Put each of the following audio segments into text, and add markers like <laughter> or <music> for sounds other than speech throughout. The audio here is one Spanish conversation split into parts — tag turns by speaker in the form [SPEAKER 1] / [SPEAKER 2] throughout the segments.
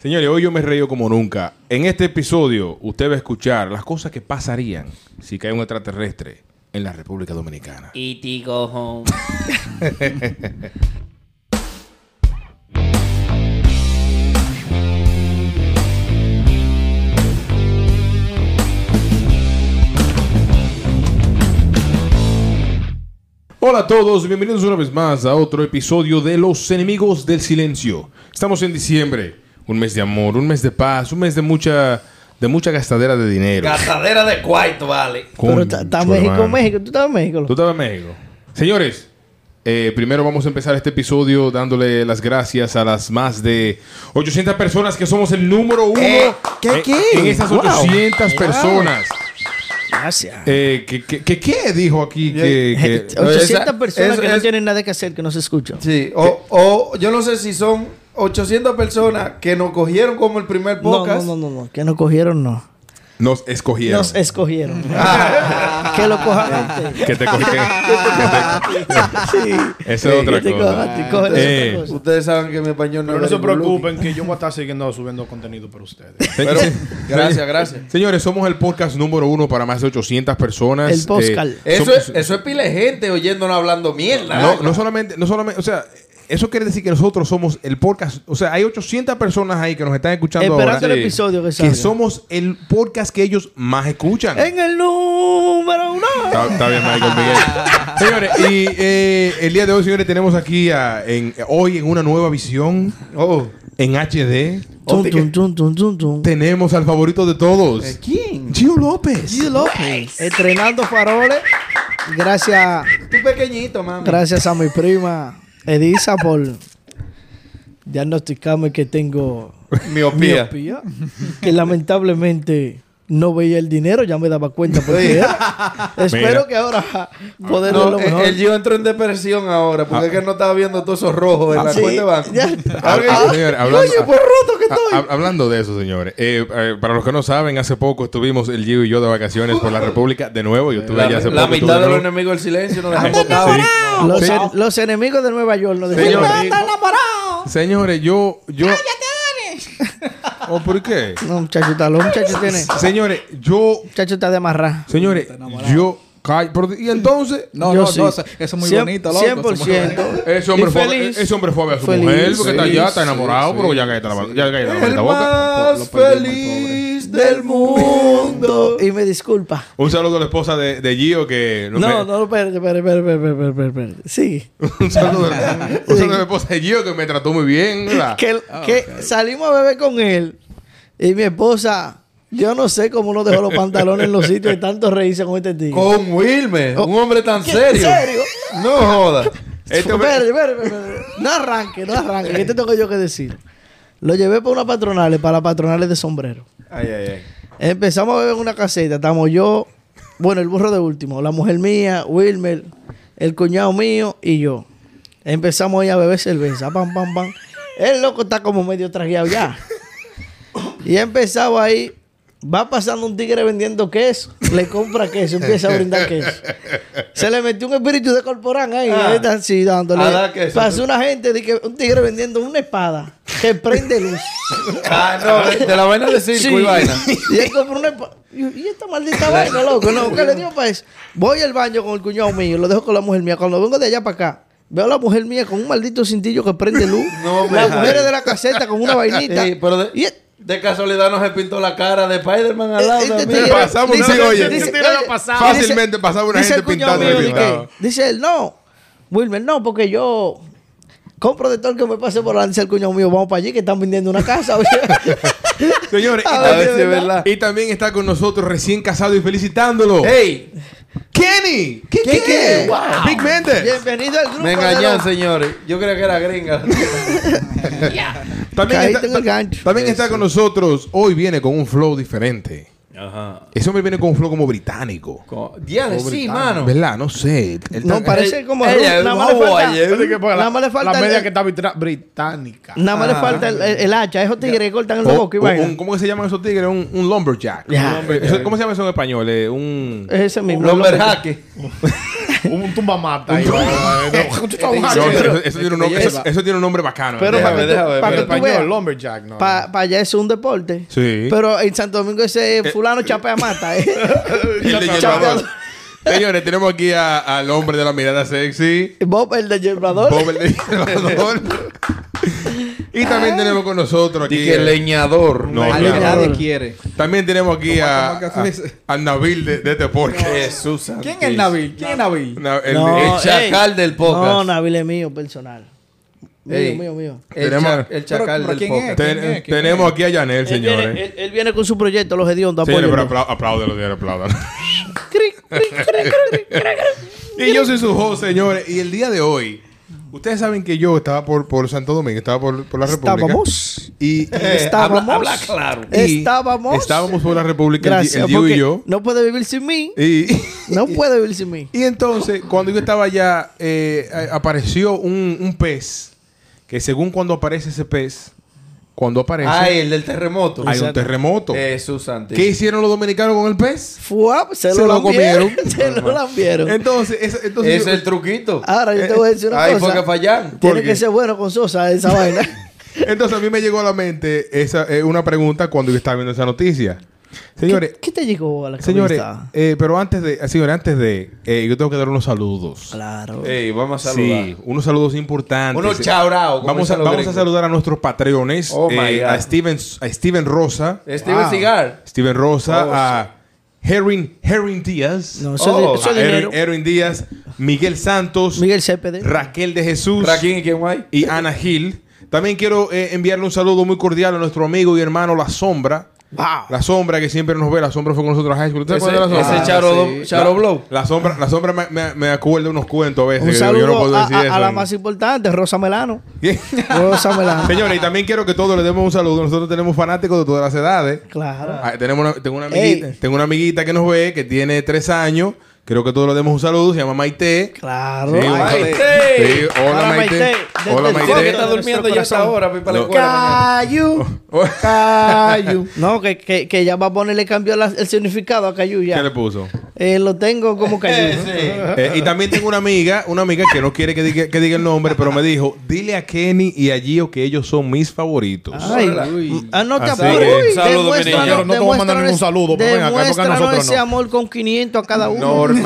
[SPEAKER 1] Señores, hoy yo me he reído como nunca. En este episodio, usted va a escuchar las cosas que pasarían si cae un extraterrestre en la República Dominicana.
[SPEAKER 2] E.T. E go home.
[SPEAKER 1] Hola a todos, bienvenidos una vez más a otro episodio de Los Enemigos del Silencio. Estamos en diciembre, un mes de amor, un mes de paz, un mes de mucha, de mucha gastadera de dinero.
[SPEAKER 2] Gastadera de cuarto, vale.
[SPEAKER 1] Concho,
[SPEAKER 3] Pero está, está México,
[SPEAKER 1] hermano.
[SPEAKER 3] México. Tú estabas en México.
[SPEAKER 1] Tú
[SPEAKER 3] loco.
[SPEAKER 1] estabas en México. Señores, eh, primero vamos a empezar este episodio dándole las gracias a las más de 800 personas que somos el número uno
[SPEAKER 3] Eh, ¿qué,
[SPEAKER 1] en-
[SPEAKER 3] qué?
[SPEAKER 1] en esas
[SPEAKER 3] Wow.
[SPEAKER 1] 800
[SPEAKER 3] Wow.
[SPEAKER 1] personas.
[SPEAKER 3] Gracias.
[SPEAKER 1] Eh, que, que- que- ¿Qué dijo aquí? Que, que-
[SPEAKER 3] 800
[SPEAKER 4] esa-
[SPEAKER 3] Eh, personas
[SPEAKER 4] es-
[SPEAKER 3] que no
[SPEAKER 4] es-
[SPEAKER 3] tienen nada que hacer, que no se escuchan.
[SPEAKER 4] Sí, o, o yo no sé si son 800 personas que nos cogieron como el primer
[SPEAKER 3] No, no,
[SPEAKER 4] podcast.
[SPEAKER 3] no, no, no, que nos cogieron, no.
[SPEAKER 1] nos escogieron.
[SPEAKER 3] Nos escogieron. <laughs> que lo cojan antes.
[SPEAKER 1] que te
[SPEAKER 3] <laughs>
[SPEAKER 1] cogieron.
[SPEAKER 3] Sí.
[SPEAKER 1] Esa es otra
[SPEAKER 3] Que te cojan
[SPEAKER 1] cosa.
[SPEAKER 3] antes, cojan
[SPEAKER 1] Eh,
[SPEAKER 3] esa cosa.
[SPEAKER 4] Ustedes saben que mi español no
[SPEAKER 5] Pero no
[SPEAKER 4] es
[SPEAKER 5] se
[SPEAKER 4] ningún
[SPEAKER 5] preocupen que yo voy a estar siguiendo subiendo contenido
[SPEAKER 1] <laughs>
[SPEAKER 5] para ustedes.
[SPEAKER 4] Pero- gracias, gracias.
[SPEAKER 1] Señores, somos el podcast número uno para más de 800 personas.
[SPEAKER 3] El podcast.
[SPEAKER 1] Eh,
[SPEAKER 4] Eso
[SPEAKER 1] somos-
[SPEAKER 4] es, eso es pile de gente oyéndonos hablando mierda.
[SPEAKER 1] No, no solamente, no solamente, o sea, eso quiere decir que nosotros somos el podcast, o sea, hay 800 personas ahí que nos están escuchando
[SPEAKER 3] Esperando
[SPEAKER 1] ahora,
[SPEAKER 3] el episodio que
[SPEAKER 1] que
[SPEAKER 3] salga.
[SPEAKER 1] somos el podcast que ellos más escuchan.
[SPEAKER 3] En el número uno.
[SPEAKER 1] Está, está bien, Michael Miguel. <laughs> señores, y eh, el día de hoy, señores, tenemos aquí a- en, hoy en una nueva visión
[SPEAKER 4] Oh,
[SPEAKER 1] en HD.
[SPEAKER 3] Tum, tum, tum, tum, tum, tum.
[SPEAKER 1] Tenemos al favorito de todos,
[SPEAKER 4] ¿eh, ¿Quién?
[SPEAKER 1] Gio López.
[SPEAKER 3] Gio López. Estrenando faroles. Gracias,
[SPEAKER 4] Tú pequeñito, mami.
[SPEAKER 3] gracias a mi prima Edisa por diagnosticarme que tengo
[SPEAKER 4] Miopía. <laughs>
[SPEAKER 3] miopía, que lamentablemente no veía el dinero, ya me daba cuenta porque era. <laughs> Espero que ahora poder ver
[SPEAKER 4] No,
[SPEAKER 3] lo
[SPEAKER 4] eh,
[SPEAKER 3] mejor.
[SPEAKER 4] el Gio entró en depresión ahora porque es que no estaba viendo todos esos rojos en la
[SPEAKER 3] Sí,
[SPEAKER 4] cuenta de banco.
[SPEAKER 3] ya.
[SPEAKER 1] Ah, ah, señor, hablando-
[SPEAKER 4] Oye, por roto que
[SPEAKER 1] Ah,
[SPEAKER 4] estoy.
[SPEAKER 1] hab- hablando de eso, señores, eh, eh, para los que no saben, hace poco estuvimos el Gio y yo de vacaciones por la República de nuevo. Yo estuve
[SPEAKER 4] la
[SPEAKER 1] allá hace
[SPEAKER 4] la
[SPEAKER 1] poco, estuve
[SPEAKER 4] mitad de los
[SPEAKER 1] nuevo.
[SPEAKER 4] enemigos del silencio nos dejan
[SPEAKER 1] Sí.
[SPEAKER 4] botados.
[SPEAKER 3] los,
[SPEAKER 1] ah, Sí.
[SPEAKER 3] en- los enemigos de Nueva York no
[SPEAKER 1] Señor.
[SPEAKER 3] dejaron-
[SPEAKER 1] Señores, yo. yo... ¿O por qué?
[SPEAKER 3] No, muchacho, está, los muchachos tienen.
[SPEAKER 1] Señores, yo.
[SPEAKER 3] Muchacho está de amarrar.
[SPEAKER 1] Señores, yo. Call, pero- y entonces.
[SPEAKER 6] No,
[SPEAKER 3] Yo
[SPEAKER 6] no,
[SPEAKER 3] sí.
[SPEAKER 6] no, eso eso es muy
[SPEAKER 3] Cien-
[SPEAKER 6] bonito, loco. eso es muy
[SPEAKER 3] 100%.
[SPEAKER 6] bonito.
[SPEAKER 1] Ese hombre,
[SPEAKER 3] Y
[SPEAKER 1] fue,
[SPEAKER 3] feliz.
[SPEAKER 1] ese hombre fue a ver a su
[SPEAKER 3] Feliz.
[SPEAKER 1] mujer porque está
[SPEAKER 6] Sí,
[SPEAKER 1] allá, está
[SPEAKER 6] sí,
[SPEAKER 1] enamorado,
[SPEAKER 6] sí,
[SPEAKER 1] pero ya que está la,
[SPEAKER 6] sí.
[SPEAKER 1] ya que está la maldita
[SPEAKER 4] El
[SPEAKER 1] boca. Oh,
[SPEAKER 4] más
[SPEAKER 6] Lo perdí, muy
[SPEAKER 4] feliz
[SPEAKER 6] pobre.
[SPEAKER 4] <laughs> del mundo.
[SPEAKER 3] Y me disculpa.
[SPEAKER 1] Un saludo a la esposa de, de Gio que.
[SPEAKER 3] No, no, no, espérate, espérate, espérate, espérate, espérate, espérate. Sí.
[SPEAKER 1] <laughs> un saludo, a- un saludo a la esposa de Gio que me trató muy bien. ¿verdad?
[SPEAKER 3] Que, que salimos a beber con él y mi esposa, yo no sé cómo no dejó los pantalones en los sitios y tanto reírse con este tío.
[SPEAKER 4] Con Wilmer, un hombre tan
[SPEAKER 3] ¿Qué?
[SPEAKER 4] serio.
[SPEAKER 3] ¿En serio?
[SPEAKER 4] No jodas.
[SPEAKER 1] Este hombre- Eh.
[SPEAKER 3] Espérate, espérate, espérate. No arranque, no arranque. ¿Qué te tengo yo que decir? Lo llevé para una patronales, para patronales de sombrero.
[SPEAKER 4] Ay, ay, ay.
[SPEAKER 3] Empezamos a beber en una caseta. Estamos yo, bueno, el burro de último, la mujer mía, Wilmer, el cuñado mío y yo. Empezamos ahí a beber cerveza. Pam, pam, pam. El loco está como medio trajeado ya. Y empezaba ahí. Va pasando un tigre vendiendo queso, le compra queso, empieza a brindar queso. Se le metió un espíritu de corporán ahí,
[SPEAKER 4] Ah.
[SPEAKER 3] ahí está así dándole.
[SPEAKER 4] A dar queso.
[SPEAKER 3] Pasó una gente, de que un tigre vendiendo una espada que prende luz.
[SPEAKER 4] Ah, no, de, de la vaina de circo y vaina.
[SPEAKER 3] <laughs> Y él compró una espa- Y y esta maldita vaina,
[SPEAKER 4] <laughs>
[SPEAKER 3] loco. No, ¿qué le dio para eso? Voy al baño con el cuñado mío, lo dejo con la mujer mía. Cuando vengo de allá para acá, veo a la mujer mía con un maldito cintillo que prende luz.
[SPEAKER 4] <laughs> No me
[SPEAKER 3] Las
[SPEAKER 4] jale.
[SPEAKER 3] mujeres de la caseta con una vainita.
[SPEAKER 4] <laughs> Sí, pero de,
[SPEAKER 3] y e-
[SPEAKER 4] de casualidad nos pintó la cara de Spider-Man al lado.
[SPEAKER 3] este
[SPEAKER 4] también.
[SPEAKER 3] tigre-
[SPEAKER 1] pasaba una- sí, oye,
[SPEAKER 5] este tigre
[SPEAKER 3] oye,
[SPEAKER 5] pasaba.
[SPEAKER 3] dice-
[SPEAKER 1] Fácilmente pasaba una
[SPEAKER 3] dice
[SPEAKER 1] gente
[SPEAKER 3] el cuñado
[SPEAKER 1] pintando y
[SPEAKER 3] mío, de que-
[SPEAKER 1] pintando.
[SPEAKER 3] Dice él, no, Wilmer, no, porque yo compro de todo el que me pase por delante. Dice el cuñado mío, vamos para allí que están vendiendo una casa.
[SPEAKER 4] <laughs>
[SPEAKER 1] Señores, y,
[SPEAKER 3] A
[SPEAKER 4] A ver
[SPEAKER 1] también-
[SPEAKER 4] si es verdad.
[SPEAKER 1] y también está con nosotros recién casado y felicitándolo.
[SPEAKER 4] ¡Ey!
[SPEAKER 1] Kenny. ¿Qué, qué?
[SPEAKER 3] qué? Wow.
[SPEAKER 1] Big Mendes.
[SPEAKER 3] Bienvenido al grupo.
[SPEAKER 4] Me
[SPEAKER 3] de
[SPEAKER 4] engañan,
[SPEAKER 3] los-
[SPEAKER 4] señores. Yo creía que era gringa.
[SPEAKER 1] También,
[SPEAKER 3] Caíste
[SPEAKER 1] está,
[SPEAKER 3] en el gancho.
[SPEAKER 1] también está con nosotros. Hoy viene con un flow diferente.
[SPEAKER 4] Ajá.
[SPEAKER 1] Ese hombre viene con un flow como británico.
[SPEAKER 4] Diale, sí, mano.
[SPEAKER 1] ¿Verdad? No sé. Él
[SPEAKER 3] No,
[SPEAKER 1] está-
[SPEAKER 3] parece como
[SPEAKER 4] Ella,
[SPEAKER 3] nada más le
[SPEAKER 4] guau,
[SPEAKER 3] falta-
[SPEAKER 4] ayer.
[SPEAKER 5] Así que, pues,
[SPEAKER 3] Nada más le
[SPEAKER 5] la,
[SPEAKER 3] falta
[SPEAKER 5] la media
[SPEAKER 3] el-
[SPEAKER 5] que está brita- británica.
[SPEAKER 3] Nada
[SPEAKER 1] Ah,
[SPEAKER 3] más le falta el, el- el hacha. Esos tigres cortan el
[SPEAKER 1] eh, O-
[SPEAKER 3] boca y
[SPEAKER 1] o-
[SPEAKER 3] vaina.
[SPEAKER 1] un- ¿Cómo que se llaman esos tigres? Un, un lumberjack.
[SPEAKER 3] Ya.
[SPEAKER 1] Un lumber- eso- ¿Cómo se llama eso en español? Eh, un...
[SPEAKER 3] Es ese mismo.
[SPEAKER 4] Los berjaques.
[SPEAKER 5] un tumbamata
[SPEAKER 1] <laughs>
[SPEAKER 5] ahí.
[SPEAKER 3] <laughs>
[SPEAKER 5] Eh, <laughs>
[SPEAKER 1] No, eso, eso tiene un nombre, eso,
[SPEAKER 5] Lleva.
[SPEAKER 1] eso tiene un nombre bacano.
[SPEAKER 3] Pero
[SPEAKER 1] ¿verdad?
[SPEAKER 3] para que tú,
[SPEAKER 4] déjame ver,
[SPEAKER 3] para que tú
[SPEAKER 5] Español,
[SPEAKER 3] veas,
[SPEAKER 5] lumberjack, no.
[SPEAKER 3] para allá es un deporte.
[SPEAKER 1] Sí. Eh,
[SPEAKER 3] Pero en Santo Domingo ese fulano chapea mata, ¿eh?
[SPEAKER 1] <laughs> El de
[SPEAKER 3] Chapeador.
[SPEAKER 1] Yerbador. Señores, tenemos aquí a- al hombre de la mirada sexy,
[SPEAKER 3] Bob, el de Yerbador.
[SPEAKER 1] Bob el de
[SPEAKER 3] <laughs>
[SPEAKER 1] Yerbador. Y también tenemos con nosotros
[SPEAKER 4] Di
[SPEAKER 1] aquí.
[SPEAKER 4] que leñador.
[SPEAKER 1] No,
[SPEAKER 2] Nadie,
[SPEAKER 1] claro.
[SPEAKER 2] nadie quiere.
[SPEAKER 1] También tenemos aquí a, a, a Nabil de, de este podcast.
[SPEAKER 4] Jesús santísimo.
[SPEAKER 2] ¿Quién es Nabil? ¿Quién es Nabil?
[SPEAKER 1] Na- el-
[SPEAKER 3] No,
[SPEAKER 1] el-
[SPEAKER 4] El chacal
[SPEAKER 3] ey.
[SPEAKER 4] del podcast.
[SPEAKER 3] No, Nabil es mío, personal. Mío,
[SPEAKER 4] Ey.
[SPEAKER 3] mío, mío.
[SPEAKER 4] El,
[SPEAKER 1] Tenemos-
[SPEAKER 4] cha- el chacal
[SPEAKER 2] Pero- pero
[SPEAKER 4] del
[SPEAKER 2] ¿quién es?
[SPEAKER 4] podcast.
[SPEAKER 1] ten-
[SPEAKER 2] ¿quién es? ¿quién
[SPEAKER 1] tenemos aquí a Yanel,
[SPEAKER 3] Él
[SPEAKER 1] señores.
[SPEAKER 3] viene, él, él viene con su proyecto, Los Hediondos.
[SPEAKER 1] Señores, pero
[SPEAKER 3] apóyenlo.
[SPEAKER 1] apla- apláudelo, señores,
[SPEAKER 3] <laughs>
[SPEAKER 1] apláudelo. y yo soy su host, señores. Y el día de hoy, ustedes saben que yo estaba por, por Santo Domingo, estaba por, por la República.
[SPEAKER 3] Estábamos.
[SPEAKER 1] Y, <laughs> y-
[SPEAKER 3] Estábamos.
[SPEAKER 2] habla- habla claro.
[SPEAKER 1] y
[SPEAKER 3] <laughs> Estábamos.
[SPEAKER 1] Estábamos por la República, el,
[SPEAKER 3] Gracias.
[SPEAKER 1] el Yu
[SPEAKER 3] porque
[SPEAKER 1] y yo.
[SPEAKER 3] No puede vivir
[SPEAKER 1] <laughs>
[SPEAKER 3] sin mí.
[SPEAKER 1] Y,
[SPEAKER 3] No puede vivir sin mí.
[SPEAKER 1] Y entonces, cuando yo estaba allá, eh, a- apareció un, un pez. Que según cuando aparece ese pez, cuando aparece,
[SPEAKER 4] Ah, el del terremoto.
[SPEAKER 1] hay un terremoto.
[SPEAKER 4] Jesús
[SPEAKER 1] ¿Qué
[SPEAKER 4] santísimo.
[SPEAKER 1] hicieron los dominicanos con el pez?
[SPEAKER 3] Fua, se,
[SPEAKER 1] Se
[SPEAKER 3] lo,
[SPEAKER 1] lo
[SPEAKER 3] lambieron.
[SPEAKER 1] comieron.
[SPEAKER 3] <laughs> se lo lambieron.
[SPEAKER 1] Entonces, esa- entonces
[SPEAKER 4] Es
[SPEAKER 1] yo-
[SPEAKER 4] el truquito.
[SPEAKER 3] Ahora yo te voy a decir una
[SPEAKER 4] Ahí
[SPEAKER 3] Ah, cosa.
[SPEAKER 4] fue que fallaron.
[SPEAKER 3] Tiene
[SPEAKER 1] ¿Por qué?
[SPEAKER 3] que ser bueno con
[SPEAKER 1] <laughs>
[SPEAKER 3] Sosa esa vaina.
[SPEAKER 1] entonces a mí me llegó a la mente esa, eh, una pregunta cuando yo estaba viendo esa noticia. Señores,
[SPEAKER 3] ¿Qué, qué te llegó a la cabeza?
[SPEAKER 1] señores, eh, pero antes de, eh, señores, antes de, eh, yo tengo que dar unos saludos.
[SPEAKER 3] Claro.
[SPEAKER 1] eh,
[SPEAKER 4] Ey, vamos a saludar.
[SPEAKER 1] Sí, unos saludos importantes.
[SPEAKER 4] Unos chaurao, como
[SPEAKER 1] Vamos, a,
[SPEAKER 4] dicen los
[SPEAKER 1] vamos a
[SPEAKER 4] gringos.
[SPEAKER 1] saludar a nuestros patreones.
[SPEAKER 4] Oh, my
[SPEAKER 1] eh,
[SPEAKER 4] God. Eh,
[SPEAKER 1] a, Steven, a Steven Rosa.
[SPEAKER 4] Steven
[SPEAKER 5] Wow.
[SPEAKER 4] Este Cigar.
[SPEAKER 1] Steven Rosa.
[SPEAKER 4] Oh,
[SPEAKER 1] a Herring, Herring Díaz.
[SPEAKER 3] No, eso,
[SPEAKER 4] Oh,
[SPEAKER 3] es di- eso
[SPEAKER 1] a
[SPEAKER 3] es
[SPEAKER 1] Herring,
[SPEAKER 3] dinero.
[SPEAKER 1] Herring Díaz. Miguel Santos.
[SPEAKER 3] Miguel Cépede.
[SPEAKER 1] Raquel de Jesús.
[SPEAKER 4] Raquín y quién más hay.
[SPEAKER 1] Y Ana Gil. También quiero eh, enviarle un saludo muy cordial a nuestro amigo y hermano La Sombra. La Sombra que siempre nos ve. La Sombra fue con nosotros a high school. ¿Usted se
[SPEAKER 4] Ese,
[SPEAKER 1] acuerda de La Sombra?
[SPEAKER 4] ese
[SPEAKER 5] Ah,
[SPEAKER 4] Charo,
[SPEAKER 5] sí.
[SPEAKER 4] Charo Blow.
[SPEAKER 1] La Sombra, la sombra me, me, me acuerda unos cuentos a veces.
[SPEAKER 3] Un
[SPEAKER 1] que yo- yo no
[SPEAKER 3] saludo
[SPEAKER 1] puedo
[SPEAKER 3] a,
[SPEAKER 1] decir
[SPEAKER 3] a- a
[SPEAKER 1] eso eh.
[SPEAKER 3] la
[SPEAKER 1] en- <laughs>
[SPEAKER 3] más importante, Rosa Melano.
[SPEAKER 1] ¿Quién?
[SPEAKER 3] Rosa
[SPEAKER 1] <laughs>
[SPEAKER 3] Melano.
[SPEAKER 1] Señores, y también quiero que todos le demos un saludo. Nosotros tenemos fanáticos de todas las edades.
[SPEAKER 3] Claro.
[SPEAKER 1] Ah, tenemos una- tengo, una amiguita,
[SPEAKER 3] Ey.
[SPEAKER 1] tengo una amiguita que nos ve, que tiene tres años. Creo que todos le demos un saludo. Se llama Maite.
[SPEAKER 3] Claro.
[SPEAKER 1] Sí, un-
[SPEAKER 3] Ay,
[SPEAKER 4] Maite.
[SPEAKER 1] Sí, hola
[SPEAKER 3] Hola,
[SPEAKER 1] Maite.
[SPEAKER 3] Maite.
[SPEAKER 1] Hola
[SPEAKER 3] Desde el
[SPEAKER 1] Maite.
[SPEAKER 4] ¿Quién
[SPEAKER 3] fondo
[SPEAKER 4] que
[SPEAKER 3] de
[SPEAKER 4] está
[SPEAKER 3] nuestro
[SPEAKER 4] durmiendo ya hasta
[SPEAKER 3] corazón.
[SPEAKER 4] ahora? Voy para la
[SPEAKER 1] No.
[SPEAKER 4] escuela mañana.
[SPEAKER 5] Cayu.
[SPEAKER 3] Oh, <laughs> No, que, que, que ya va a ponerle cambio la- el significado a Cayu
[SPEAKER 1] ¿Qué le
[SPEAKER 3] ya.
[SPEAKER 1] puso?
[SPEAKER 3] Eh, lo tengo como Cayu.
[SPEAKER 1] Eh, y también tengo una amiga, una amiga que no quiere que diga, que diga el nombre, pero me dijo, dile a Kenny y a Gio que ellos son mis favoritos.
[SPEAKER 3] Ay,
[SPEAKER 2] Uy.
[SPEAKER 3] ah, no te
[SPEAKER 1] Así
[SPEAKER 3] apures.
[SPEAKER 1] que-
[SPEAKER 3] Uy,
[SPEAKER 2] Saludos,
[SPEAKER 3] demuéstranos-
[SPEAKER 2] Miriam.
[SPEAKER 5] Yo no te voy a mandar
[SPEAKER 3] demuéstranos-
[SPEAKER 5] ningún saludo, pero ven acá, porque
[SPEAKER 3] demuéstranos
[SPEAKER 5] nosotros
[SPEAKER 3] ese
[SPEAKER 5] no.
[SPEAKER 3] amor con 500 a cada uno.
[SPEAKER 2] Normal.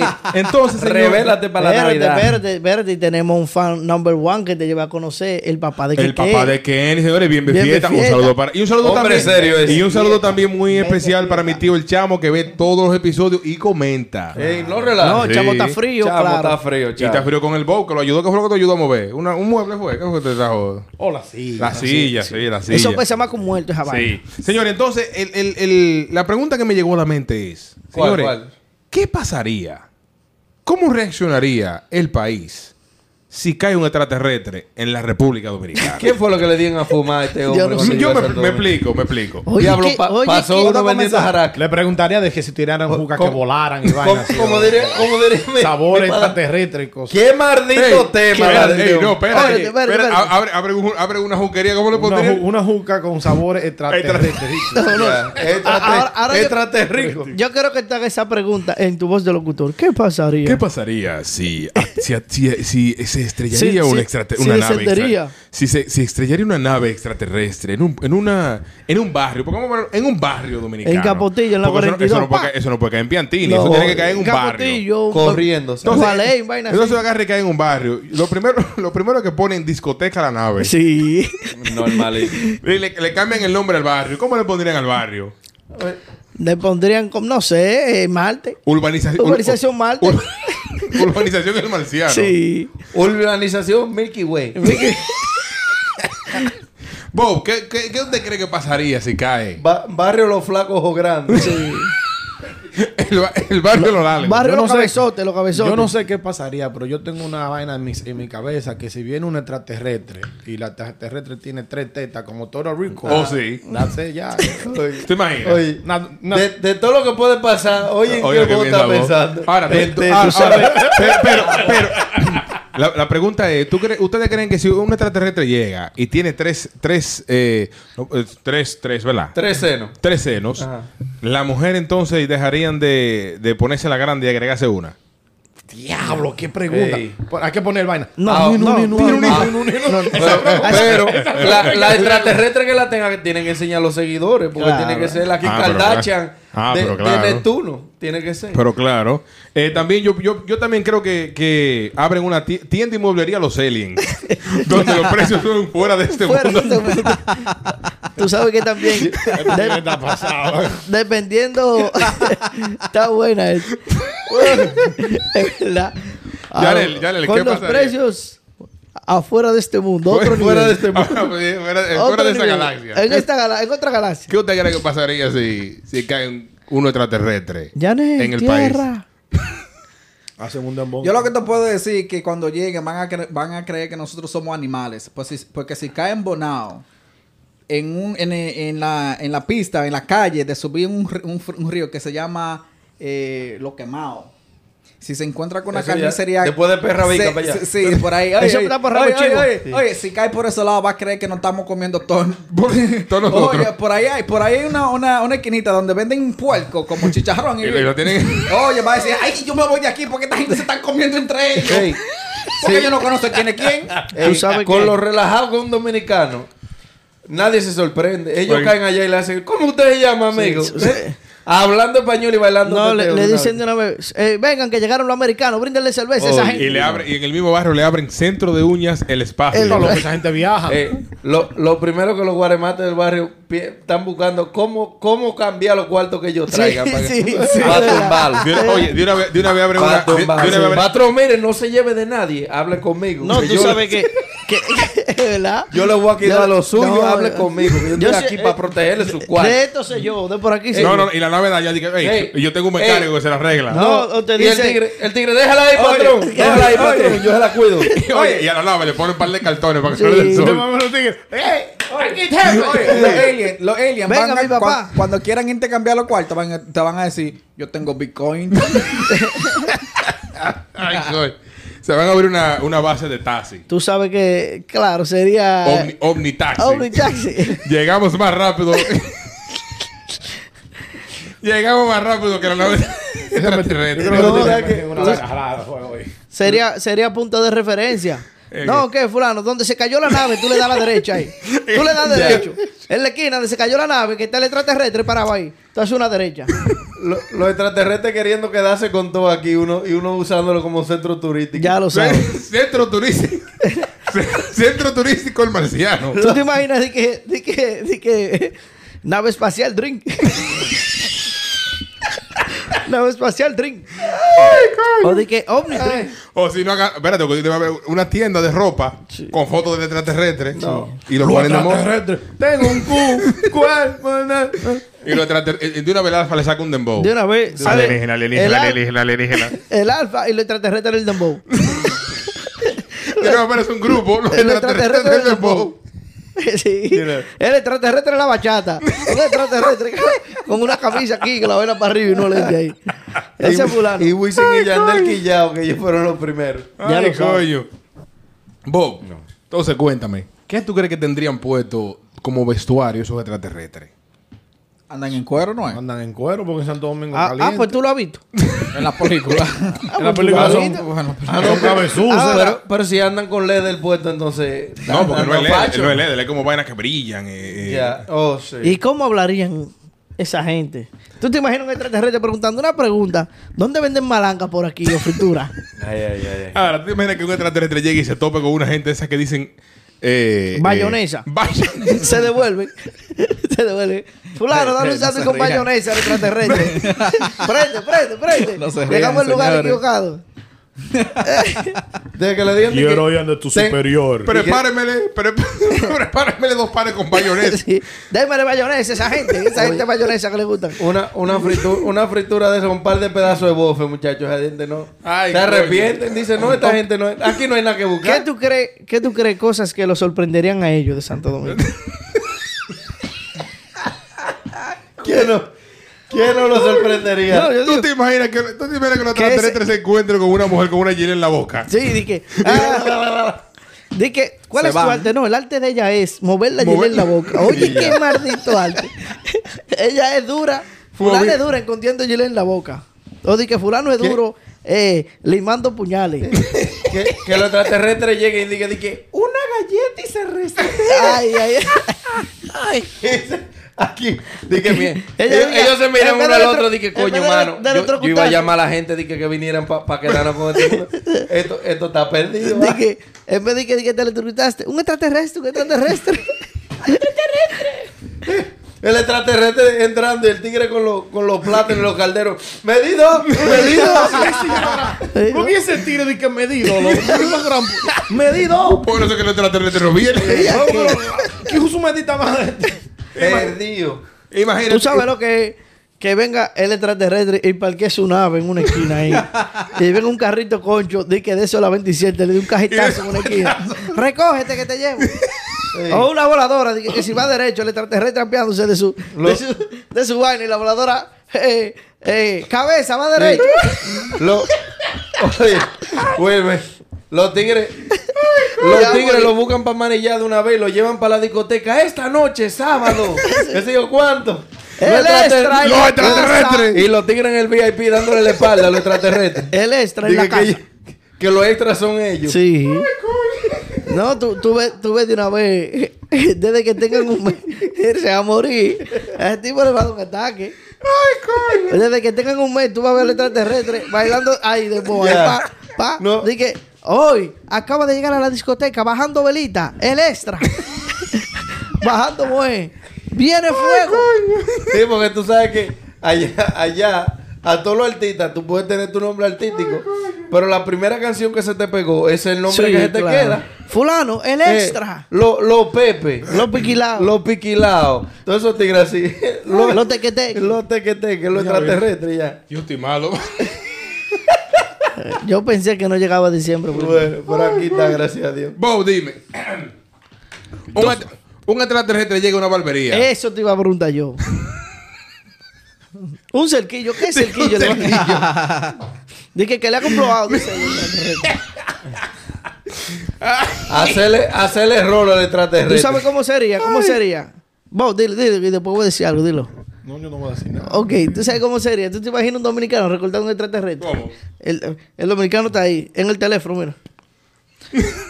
[SPEAKER 3] Ah.
[SPEAKER 1] <laughs> Entonces, señor,
[SPEAKER 4] Revélate para la
[SPEAKER 3] Verde,
[SPEAKER 4] Navidad.
[SPEAKER 3] verde, verde. Y tenemos un fan number one que te lleva a conocer, el papá de
[SPEAKER 1] El
[SPEAKER 3] Keke.
[SPEAKER 1] papá de Kenny, señores, bien
[SPEAKER 3] Bien
[SPEAKER 1] fiesta. Un
[SPEAKER 3] fiesta.
[SPEAKER 1] saludo para. Y un saludo
[SPEAKER 4] Hombre
[SPEAKER 1] también.
[SPEAKER 4] serio ese.
[SPEAKER 1] y un saludo también muy
[SPEAKER 3] Bien
[SPEAKER 1] especial para mi
[SPEAKER 3] fiesta.
[SPEAKER 1] tío el Chamo que ve todos los episodios y comenta.
[SPEAKER 4] Ey, no
[SPEAKER 3] No,
[SPEAKER 4] relajes.
[SPEAKER 1] Sí.
[SPEAKER 3] chamo está frío,
[SPEAKER 4] Chamo,
[SPEAKER 3] claro.
[SPEAKER 4] está frío,
[SPEAKER 1] Y está
[SPEAKER 4] chamo.
[SPEAKER 1] frío con el bow, que lo ayudó, que fue lo que te ayudó a mover. Una- un mueble fue, ¿qué fue que te trajo?
[SPEAKER 5] Hola, sí.
[SPEAKER 1] La silla, sí, la silla.
[SPEAKER 3] Eso pues, pesa más con muerto esa
[SPEAKER 1] Sí.
[SPEAKER 3] vaina.
[SPEAKER 1] Señor, entonces, el- el- el- la pregunta que me llegó a la mente es:
[SPEAKER 4] ¿Cuál,
[SPEAKER 1] señores,
[SPEAKER 4] cuál?
[SPEAKER 1] ¿qué pasaría? ¿Cómo reaccionaría el país si cae un extraterrestre en la República Dominicana?
[SPEAKER 4] ¿Qué fue lo que le dieron a fumar a este hombre?
[SPEAKER 3] Yo no
[SPEAKER 4] cuando
[SPEAKER 3] sé.
[SPEAKER 1] Yo
[SPEAKER 4] llegó a
[SPEAKER 1] me,
[SPEAKER 4] Santo
[SPEAKER 1] me
[SPEAKER 4] Domingo?
[SPEAKER 1] explico, me explico.
[SPEAKER 3] Oye,
[SPEAKER 4] Diablo,
[SPEAKER 3] ¿qué?
[SPEAKER 4] pa-
[SPEAKER 3] Oye,
[SPEAKER 4] pasó
[SPEAKER 3] ¿qué?
[SPEAKER 4] uno
[SPEAKER 3] Vamos a
[SPEAKER 4] vendiendo
[SPEAKER 3] comenzar.
[SPEAKER 4] jaraca.
[SPEAKER 5] Le preguntaría de que si tiraran
[SPEAKER 3] Oh,
[SPEAKER 5] juca que
[SPEAKER 4] ¿Cómo-
[SPEAKER 5] volaran y
[SPEAKER 4] Como,
[SPEAKER 5] vainas. así,
[SPEAKER 4] como
[SPEAKER 5] ¿no?
[SPEAKER 4] diría, como diría. mi-
[SPEAKER 5] Sabores
[SPEAKER 4] mi padre.
[SPEAKER 5] extraterrestres y cosas.
[SPEAKER 4] Qué maldito tema.
[SPEAKER 1] Ey,
[SPEAKER 4] la de
[SPEAKER 1] ey,
[SPEAKER 4] Dios.
[SPEAKER 1] no, espérate.
[SPEAKER 3] Espérate, espérate,
[SPEAKER 1] Espera,
[SPEAKER 3] espérate.
[SPEAKER 1] Abre, abre un- abre una juquería, ¿cómo le
[SPEAKER 5] Una,
[SPEAKER 1] pondría?
[SPEAKER 5] ju- una juca con sabores extraterrestres.
[SPEAKER 3] <laughs>
[SPEAKER 5] <laughs>
[SPEAKER 4] Ya, es trate-
[SPEAKER 3] Ahora- ahora yo- <laughs>
[SPEAKER 4] es traterrico.
[SPEAKER 3] Yo quiero que te haga esa pregunta en tu voz de locutor. ¿Qué pasaría?
[SPEAKER 1] ¿Qué pasaría si, ah,
[SPEAKER 3] <laughs>
[SPEAKER 1] si, si- si se estrellaría
[SPEAKER 3] Sí,
[SPEAKER 1] una,
[SPEAKER 3] sí,
[SPEAKER 1] extrate-
[SPEAKER 3] sí
[SPEAKER 1] una nave
[SPEAKER 3] descendería.
[SPEAKER 1] extra- si se si estrellaría una nave extraterrestre en un, en una en un barrio, porque vamos a poner- en un barrio dominicano.
[SPEAKER 3] En Capotillo, en la
[SPEAKER 1] Porque eso no- Eso,
[SPEAKER 3] 42,
[SPEAKER 1] no puede,
[SPEAKER 3] pa.
[SPEAKER 1] caer- eso no puede caer en Piantini, eso tiene que caer en un barrio.
[SPEAKER 4] Corriendo.
[SPEAKER 1] Entonces,
[SPEAKER 3] Gualey, vaina así.
[SPEAKER 1] entonces agarre y cae en un barrio. Lo primero, <laughs> lo primero que ponen discoteca a la nave.
[SPEAKER 3] Sí.
[SPEAKER 4] Normalito.
[SPEAKER 1] Y Le, le cambian el nombre al barrio. ¿Cómo le pondrían al barrio?
[SPEAKER 3] Le pondrían, como- no sé, eh, Marte.
[SPEAKER 1] Urbanización.
[SPEAKER 3] Urbanización Marte.
[SPEAKER 1] <laughs> urbanización el marciano.
[SPEAKER 3] Sí.
[SPEAKER 4] Urbanización Milky Way.
[SPEAKER 1] Bob, ¿qué, qué, qué usted cree que pasaría si cae?
[SPEAKER 4] Ba- barrio Los Flacos o Grandes.
[SPEAKER 1] El, ba- el barrio de los Lales.
[SPEAKER 3] Barrio
[SPEAKER 5] Yo no
[SPEAKER 3] los
[SPEAKER 5] sé.
[SPEAKER 3] cabezotes, los cabezotes.
[SPEAKER 5] Yo no sé qué pasaría, pero yo tengo una vaina en mi, en mi cabeza que si viene un extraterrestre y la extraterrestre tiene tres tetas como Toro Rico.
[SPEAKER 1] Oh, sí.
[SPEAKER 5] that's it, <laughs> ya.
[SPEAKER 4] Oye,
[SPEAKER 1] ¿Te imaginas?
[SPEAKER 4] oye,
[SPEAKER 5] Na- na-
[SPEAKER 4] de, de todo lo que puede pasar, oye, ¿en
[SPEAKER 1] Oye,
[SPEAKER 4] qué
[SPEAKER 1] qué
[SPEAKER 4] vos
[SPEAKER 1] bien la
[SPEAKER 4] estás
[SPEAKER 1] voz.
[SPEAKER 4] pensando?
[SPEAKER 1] Ahora,
[SPEAKER 4] De-
[SPEAKER 1] tú-
[SPEAKER 4] de-
[SPEAKER 1] ahora-
[SPEAKER 4] tú sabes-
[SPEAKER 1] ahora- pero, pero, pero, la, la pregunta es, ¿tú cre- ¿ustedes creen que si un extraterrestre llega y tiene tres, tres, eh, no, eh, tres, tres, ¿verdad?
[SPEAKER 4] Tres senos.
[SPEAKER 1] Tres senos,
[SPEAKER 4] Ajá.
[SPEAKER 1] la mujer entonces dejarían de, de ponerse la grande y agregarse una.
[SPEAKER 5] Diablo, qué pregunta.
[SPEAKER 4] Ey.
[SPEAKER 5] Por- Hay que poner vaina.
[SPEAKER 3] No,
[SPEAKER 5] Ah,
[SPEAKER 3] no, no,
[SPEAKER 5] no,
[SPEAKER 3] tiene un
[SPEAKER 5] no,
[SPEAKER 3] hijo.
[SPEAKER 5] no, no, no.
[SPEAKER 4] Pero,
[SPEAKER 3] Ah,
[SPEAKER 4] pero
[SPEAKER 1] Eh,
[SPEAKER 4] la, la extraterrestre que la tenga que tienen que enseñar a los seguidores, porque
[SPEAKER 3] Claro.
[SPEAKER 4] tiene que ser la Kim
[SPEAKER 1] Ah, pero
[SPEAKER 4] Kardashian
[SPEAKER 1] claro. Ah,
[SPEAKER 4] de,
[SPEAKER 1] pero
[SPEAKER 4] de
[SPEAKER 1] claro.
[SPEAKER 4] Neptuno. Tiene que ser.
[SPEAKER 1] Pero claro. Eh, también yo, yo, yo también creo que, que abren una ti- tienda y mueblería a los
[SPEAKER 3] <laughs>
[SPEAKER 1] aliens. donde los precios son fuera de este
[SPEAKER 3] Fuera de
[SPEAKER 1] mundo.
[SPEAKER 3] este mundo. Tú sabes que también.
[SPEAKER 1] <laughs>
[SPEAKER 3] de-
[SPEAKER 5] Está pasado.
[SPEAKER 3] dependiendo. <laughs> está buena esa. es verdad.
[SPEAKER 1] Yarel, Yarel,
[SPEAKER 3] Con
[SPEAKER 1] ¿qué
[SPEAKER 3] los
[SPEAKER 1] pasaría?
[SPEAKER 3] precios afuera de este mundo. Otro
[SPEAKER 1] fuera
[SPEAKER 3] nivel.
[SPEAKER 1] de este mundo. <laughs> fuera de, fuera
[SPEAKER 3] Otro
[SPEAKER 1] de esa
[SPEAKER 3] nivel.
[SPEAKER 1] galaxia.
[SPEAKER 3] En, esta gala- en otra galaxia.
[SPEAKER 1] ¿Qué usted cree que pasaría si, si cae uno extraterrestre
[SPEAKER 3] Janet,
[SPEAKER 1] en el país?
[SPEAKER 3] tierra.
[SPEAKER 5] Hacen un dembow.
[SPEAKER 2] Yo lo que te puedo decir es que cuando lleguen van a, cre- van a creer que nosotros somos animales. Pues si- porque si caen bonao en, un, en, eh, en la, en la pista, en la calle, de subir un, r- un fr- un río que se llama eh, Lo Quemado. Si se encuentra con una
[SPEAKER 4] Eso ya-
[SPEAKER 2] carnicería...
[SPEAKER 4] después de Perra Vica
[SPEAKER 2] se-
[SPEAKER 4] para allá.
[SPEAKER 2] se- Sí, por
[SPEAKER 4] <laughs>
[SPEAKER 2] ahí. Oye,
[SPEAKER 3] Eso
[SPEAKER 2] oye,
[SPEAKER 3] está por
[SPEAKER 2] oye,
[SPEAKER 3] Rabo
[SPEAKER 2] oye,
[SPEAKER 3] Chivo.
[SPEAKER 2] oye, oye, si cae por ese lado va a creer que no estamos
[SPEAKER 4] <laughs>
[SPEAKER 2] comiendo ton.
[SPEAKER 1] <laughs> todos nosotros.
[SPEAKER 2] Oye, por ahí hay, por ahí hay una, una, una esquinita donde venden un puerco
[SPEAKER 4] <laughs>
[SPEAKER 2] como chicharrón.
[SPEAKER 1] Y lo tienen. <laughs>
[SPEAKER 2] Oye, va a decir, ay, yo me voy de aquí porque esta gente se está comiendo entre ellos.
[SPEAKER 4] <laughs>
[SPEAKER 2] Porque yo no conozco quién es quién.
[SPEAKER 3] Tú sabes
[SPEAKER 4] con
[SPEAKER 3] que-
[SPEAKER 4] lo relajado que un dominicano, nadie se sorprende. Ellos
[SPEAKER 1] Oye.
[SPEAKER 4] caen allá y le hacen, ¿cómo usted se llama, amigo?
[SPEAKER 3] sí, sí.
[SPEAKER 4] ¿Eh? <laughs> Hablando español y bailando.
[SPEAKER 3] No, le,
[SPEAKER 4] teteo,
[SPEAKER 3] le
[SPEAKER 4] ¿no?
[SPEAKER 3] dicen de una vez. eh, vengan, que llegaron los americanos. Bríndenle cerveza a esa gente.
[SPEAKER 1] Y, le abre- y en el mismo barrio le abren centro de uñas el espacio.
[SPEAKER 3] El-
[SPEAKER 5] No, lo que esa gente viaja.
[SPEAKER 4] Eh, lo, lo primero que los guaremates del barrio pi- están buscando cómo, cómo cambiar los cuartos que ellos
[SPEAKER 3] Sí,
[SPEAKER 4] traigan para,
[SPEAKER 3] sí,
[SPEAKER 4] que,
[SPEAKER 3] sí.
[SPEAKER 4] para tumbarlos.
[SPEAKER 1] De una- oye, de una vez, de una vez abren una.
[SPEAKER 4] Patrón,
[SPEAKER 1] de- de una vez abren-
[SPEAKER 4] Patrón, mire, no se lleve de nadie. Hable conmigo.
[SPEAKER 3] No,
[SPEAKER 4] que
[SPEAKER 3] tú
[SPEAKER 4] yo,
[SPEAKER 3] sabes que, que- <laughs> ¿Verdad?
[SPEAKER 4] Yo le voy a quitar
[SPEAKER 3] Yo-
[SPEAKER 4] lo suyo.
[SPEAKER 3] no,
[SPEAKER 4] hable
[SPEAKER 3] yo-
[SPEAKER 4] conmigo. que Yo,
[SPEAKER 3] eh. yo eh,
[SPEAKER 4] estoy
[SPEAKER 3] sé-
[SPEAKER 4] aquí para protegerle su cuarto.
[SPEAKER 3] De esto sé yo, de por aquí sé
[SPEAKER 1] Eh, No,
[SPEAKER 3] yo.
[SPEAKER 1] no, y la nave de allá dije, "Ey,
[SPEAKER 4] Ey,
[SPEAKER 1] yo tengo un mecánico
[SPEAKER 4] ey.
[SPEAKER 1] que se la arregla.
[SPEAKER 3] No, o te
[SPEAKER 4] y el
[SPEAKER 3] dice-
[SPEAKER 4] tigre, el tigre, déjala ahí, patrón.
[SPEAKER 3] oye,
[SPEAKER 4] déjala ahí,
[SPEAKER 3] oye.
[SPEAKER 4] patrón. Yo se
[SPEAKER 3] <laughs>
[SPEAKER 4] la cuido.
[SPEAKER 1] <laughs> Y, oye, y a la nave le ponen un par de cartones para que
[SPEAKER 3] Sí.
[SPEAKER 1] no le dé el
[SPEAKER 3] Te
[SPEAKER 5] Te
[SPEAKER 1] sol.
[SPEAKER 5] maman los tigres. ¡Ey!
[SPEAKER 4] Aquí tengo.
[SPEAKER 2] Oye, los aliens, los aliens
[SPEAKER 3] Venga,
[SPEAKER 2] van a-
[SPEAKER 3] mi papá.
[SPEAKER 2] cua- cuando quieran intercambiar los cuartos, van a- te van a decir, yo tengo Bitcoin. <laughs>
[SPEAKER 1] Ay, coño. Se van a abrir una, una base de taxi.
[SPEAKER 3] Tú sabes que, claro, sería.
[SPEAKER 1] Omni, omnitaxi.
[SPEAKER 3] Ah. Omni Taxi.
[SPEAKER 1] <laughs> Llegamos más
[SPEAKER 3] <laughs>
[SPEAKER 1] rápido. Llegamos más rápido que la nave
[SPEAKER 5] Yo creo
[SPEAKER 1] extraterrestre.
[SPEAKER 5] que tú
[SPEAKER 3] no,
[SPEAKER 5] tienes
[SPEAKER 3] no,
[SPEAKER 5] que-
[SPEAKER 3] no.
[SPEAKER 5] una vaina jalada, fue hoy.
[SPEAKER 3] sería, sería punto de referencia.
[SPEAKER 1] Eh,
[SPEAKER 3] No, ¿qué, fulano? Donde se cayó la nave, tú le das la derecha ahí. Tú le
[SPEAKER 1] <laughs>
[SPEAKER 3] das derecho. En la esquina donde se cayó la nave, que está el extraterrestre parado ahí. Tú haces
[SPEAKER 1] <laughs>
[SPEAKER 3] una derecha.
[SPEAKER 4] Lo- los extraterrestres queriendo quedarse con todo aquí uno, y uno usándolo como centro turístico.
[SPEAKER 3] Ya lo sabes.
[SPEAKER 1] <laughs> Centro turístico. <laughs> Centro turístico el marciano.
[SPEAKER 3] ¿Tú te imaginas de que, de que, de que nave espacial drink? nave espacial drink. o de que Omni drink.
[SPEAKER 1] O si no, haga- espérate, porque te va a haber una tienda de ropa con fotos de extraterrestres. Y los ponen de moda.
[SPEAKER 4] Tengo un cu, cuerpo. na-
[SPEAKER 1] Y los extraterrestres. y De una velada le saca un dembow.
[SPEAKER 3] De una vez. sale el al-
[SPEAKER 1] alienígena.
[SPEAKER 3] El alfa y lo extraterrestre del dembow.
[SPEAKER 1] Y luego aparece un grupo, los
[SPEAKER 3] El extraterrestre
[SPEAKER 1] extraterrestres
[SPEAKER 3] del
[SPEAKER 1] del
[SPEAKER 3] dembow.
[SPEAKER 1] dembow.
[SPEAKER 3] <laughs> sí.
[SPEAKER 4] Mira.
[SPEAKER 3] El extraterrestre de la bachata. Un extraterrestre que- con una camisa aquí que la vela para arriba y no le de ahí. Ese fulano.
[SPEAKER 4] Y Wisin y Yandel Quillao, que ellos fueron los primeros.
[SPEAKER 3] Ya
[SPEAKER 1] Ay,
[SPEAKER 3] lo sabes.
[SPEAKER 1] coño. Bob, entonces cuéntame, ¿qué tú crees que tendrían puesto como vestuario esos extraterrestres?
[SPEAKER 2] Andan en cuero, ¿no es?
[SPEAKER 5] Andan en cuero porque en Santo Domingo
[SPEAKER 3] Ah, ah,
[SPEAKER 5] caliente.
[SPEAKER 3] pues tú pues lo has visto.
[SPEAKER 2] En las
[SPEAKER 3] <laughs>
[SPEAKER 2] películas.
[SPEAKER 5] En la
[SPEAKER 3] Ah,
[SPEAKER 5] película son,
[SPEAKER 3] Ahorita.
[SPEAKER 2] Bueno, pero-
[SPEAKER 5] son cabezuzos.
[SPEAKER 4] Ah,
[SPEAKER 5] Pero-
[SPEAKER 4] pero, pero si andan con LED del puesto, entonces.
[SPEAKER 1] No, porque
[SPEAKER 4] andan
[SPEAKER 1] no es LED,
[SPEAKER 4] facho.
[SPEAKER 1] no es LED, es como vainas que brillan. eh, eh.
[SPEAKER 4] Ya, oh, sí.
[SPEAKER 3] ¿Y cómo hablarían esa gente? ¿Tú te imaginas un extraterrestre preguntando una pregunta? ¿Dónde venden malanga por aquí o fritura? <laughs>
[SPEAKER 4] Ay, ay, ay, ay.
[SPEAKER 1] Ahora, ¿tú imaginas que un extraterrestre llegue y se tope con una gente de esas que dicen... Eh,
[SPEAKER 3] Bayonesa.
[SPEAKER 1] eh,
[SPEAKER 3] <laughs>
[SPEAKER 1] bayonesa.
[SPEAKER 3] Se devuelve. Se devuelve. Fulano, dale
[SPEAKER 2] Eh,
[SPEAKER 3] un
[SPEAKER 2] eh,
[SPEAKER 3] sándwich
[SPEAKER 2] no se
[SPEAKER 3] con
[SPEAKER 2] rían.
[SPEAKER 3] mayonesa al
[SPEAKER 2] <laughs>
[SPEAKER 3] extraterrestre. prende, prende, prende.
[SPEAKER 2] No se rían,
[SPEAKER 3] Llegamos al lugar
[SPEAKER 2] señores.
[SPEAKER 3] equivocado.
[SPEAKER 4] Desde que le digan. de que-
[SPEAKER 5] Quiero ir ante tu
[SPEAKER 4] Ten-
[SPEAKER 5] superior.
[SPEAKER 1] Prepáremele, <laughs> prep- prepáremele dos pares con bayonesa.
[SPEAKER 3] <laughs> Sí. Démele mayonesa a esa gente. Esa gente mayonesa que le gusta.
[SPEAKER 4] Una, una, fritu- una fritura de eso, un par de pedazos de bofe, muchachos. Esa gente no.
[SPEAKER 1] Ay,
[SPEAKER 4] se
[SPEAKER 1] coño.
[SPEAKER 4] arrepienten, dicen, no, esta gente no. es- Aquí no hay nada que buscar.
[SPEAKER 3] ¿Qué tú crees? ¿Qué tú crees cosas que lo sorprenderían a ellos de Santo Domingo?
[SPEAKER 4] ¿Quién no, quién no lo sorprendería?
[SPEAKER 3] No, yo
[SPEAKER 1] ¿Tú
[SPEAKER 3] digo,
[SPEAKER 1] te imaginas que, tú te imaginas que los
[SPEAKER 3] ¿Qué es-
[SPEAKER 1] extraterrestres se encuentren con una mujer con una hiela en la boca?
[SPEAKER 3] sí, dije. Di que, ¿cuál
[SPEAKER 2] Se
[SPEAKER 3] es tu
[SPEAKER 2] van.
[SPEAKER 3] arte? No, el arte de ella es mover la
[SPEAKER 1] Mover-
[SPEAKER 3] hiela en la boca. Oye, qué maldito arte. <laughs> ella es dura.
[SPEAKER 1] Fue
[SPEAKER 3] Fulano
[SPEAKER 1] bien.
[SPEAKER 3] es dura escondiendo hiela en la boca. O di que fulano es
[SPEAKER 1] ¿Qué?
[SPEAKER 3] duro eh, limando puñales.
[SPEAKER 4] Que, que los extraterrestres lleguen y digan, di que una galleta y se
[SPEAKER 3] <laughs>
[SPEAKER 4] resetea.
[SPEAKER 3] ay, ay, ay. <laughs>
[SPEAKER 4] Aquí, dije, bien.
[SPEAKER 3] Ella
[SPEAKER 4] Ellos,
[SPEAKER 3] diga,
[SPEAKER 4] ellos se
[SPEAKER 3] en
[SPEAKER 4] miran
[SPEAKER 3] vez
[SPEAKER 4] uno
[SPEAKER 3] de
[SPEAKER 4] al
[SPEAKER 3] otro-
[SPEAKER 4] otro, dije,
[SPEAKER 3] en
[SPEAKER 4] coño,
[SPEAKER 3] vez de-
[SPEAKER 4] mano.
[SPEAKER 3] de
[SPEAKER 4] Yo, yo iba a
[SPEAKER 3] electrocutarse.
[SPEAKER 4] llamar a la gente, dije que vinieran para quedarnos con este
[SPEAKER 3] <laughs>
[SPEAKER 4] mundo. esto. Esto está perdido.
[SPEAKER 3] Di
[SPEAKER 4] ah.
[SPEAKER 3] que, en vez de que, di que te electrocutaste, un extraterrestre, un extraterrestre.
[SPEAKER 4] El extraterrestre entrando y el tigre con, los- con los plátanos y los calderos. ¡Medido! ¡Medido!
[SPEAKER 3] <laughs> Eh,
[SPEAKER 5] ¿Por qué ese tiro de que medido? loco? Una gran
[SPEAKER 3] <laughs>
[SPEAKER 5] pu- ¡Medido!
[SPEAKER 1] Por eso que los extraterrestres no vienen.
[SPEAKER 5] ¿Qué uso medita más?
[SPEAKER 4] ¡Perdido!
[SPEAKER 1] Imagínate.
[SPEAKER 3] Tú sabes lo que que venga el extraterrestre y parque su nave en una esquina
[SPEAKER 4] <laughs>
[SPEAKER 3] ahí. y venga un carrito concho, di que de eso a la 27, le di un cajetazo en una esquina. Recógete que te llevo. O una voladora, di que, que si va derecho, el extraterrestre trampeándose de su, de su, de su vaina y la voladora, eh, eh, cabeza, va derecho.
[SPEAKER 4] Lo, oye, vuelve. Los tigres. Los
[SPEAKER 3] Ya
[SPEAKER 4] tigres
[SPEAKER 3] morí.
[SPEAKER 4] lo buscan para manillar de una vez y lo llevan para la discoteca esta noche, sábado. ¿Qué sé yo cuánto?
[SPEAKER 3] El
[SPEAKER 4] Los extrater-
[SPEAKER 3] extra en
[SPEAKER 1] Los
[SPEAKER 3] la
[SPEAKER 1] extraterrestres.
[SPEAKER 4] Y los tigres en el VIP dándole la espalda a los extraterrestres.
[SPEAKER 3] casa. El extra <laughs> en
[SPEAKER 4] Dije
[SPEAKER 3] la casa.
[SPEAKER 4] que, que los extras son ellos.
[SPEAKER 3] Sí.
[SPEAKER 4] <laughs>
[SPEAKER 3] No, tú, tú, ves, tú ves de una vez, <laughs> desde que tengan un mes, <laughs> él se va a morir. A ese tipo le va a dar un ataque. Ay, coño. Desde que tengan un mes, tú vas a ver al extraterrestre bailando ahí de boa.
[SPEAKER 4] Ya.
[SPEAKER 3] Pa, pa.
[SPEAKER 4] No.
[SPEAKER 3] Di que, hoy acaba de llegar a la discoteca bajando velita, el extra. <laughs> bajando moe. Viene fuego.
[SPEAKER 4] Sí, porque tú sabes que allá, allá, a todos los artistas, tú puedes tener tu nombre artístico, pero la primera canción que se te pegó es el nombre
[SPEAKER 3] Sí,
[SPEAKER 4] que se te
[SPEAKER 3] claro.
[SPEAKER 4] queda.
[SPEAKER 3] Fulano, el
[SPEAKER 4] Eh,
[SPEAKER 3] extra.
[SPEAKER 4] lo, lo Pepe.
[SPEAKER 3] Los
[SPEAKER 5] Oh.
[SPEAKER 3] piquilados.
[SPEAKER 4] Los piquilados. Todos esos tigres
[SPEAKER 5] <laughs>
[SPEAKER 4] así. Los
[SPEAKER 3] Los tequeteques.
[SPEAKER 4] Los tequeteques, los
[SPEAKER 1] Ya ves.
[SPEAKER 4] extraterrestres ya.
[SPEAKER 1] Yo estoy malo. <laughs>
[SPEAKER 3] Yo pensé que no llegaba a diciembre. porque-
[SPEAKER 4] Bueno, por aquí está, gracias a Dios.
[SPEAKER 1] Bob, dime. un, at- un extraterrestre llega a una barbería.
[SPEAKER 3] Eso te iba a preguntar <laughs> yo. <laughs> un cerquillo, ¿qué cerquillo? de Dije que le ha comprobado. dice el <laughs> extraterrestre.
[SPEAKER 4] Hacerle, hacerle rolo al extraterrestre.
[SPEAKER 3] ¿Tú sabes cómo sería? ¿Cómo sería? Vos, dile, dile, y después voy a decir algo, dilo.
[SPEAKER 5] No, yo no voy a decir nada.
[SPEAKER 3] Ok, ¿tú sabes cómo sería? ¿Tú te imaginas un dominicano recortando un extraterrestre?
[SPEAKER 1] ¿Cómo?
[SPEAKER 3] El, el dominicano está ahí, en el teléfono,
[SPEAKER 1] <laughs>
[SPEAKER 3] mira.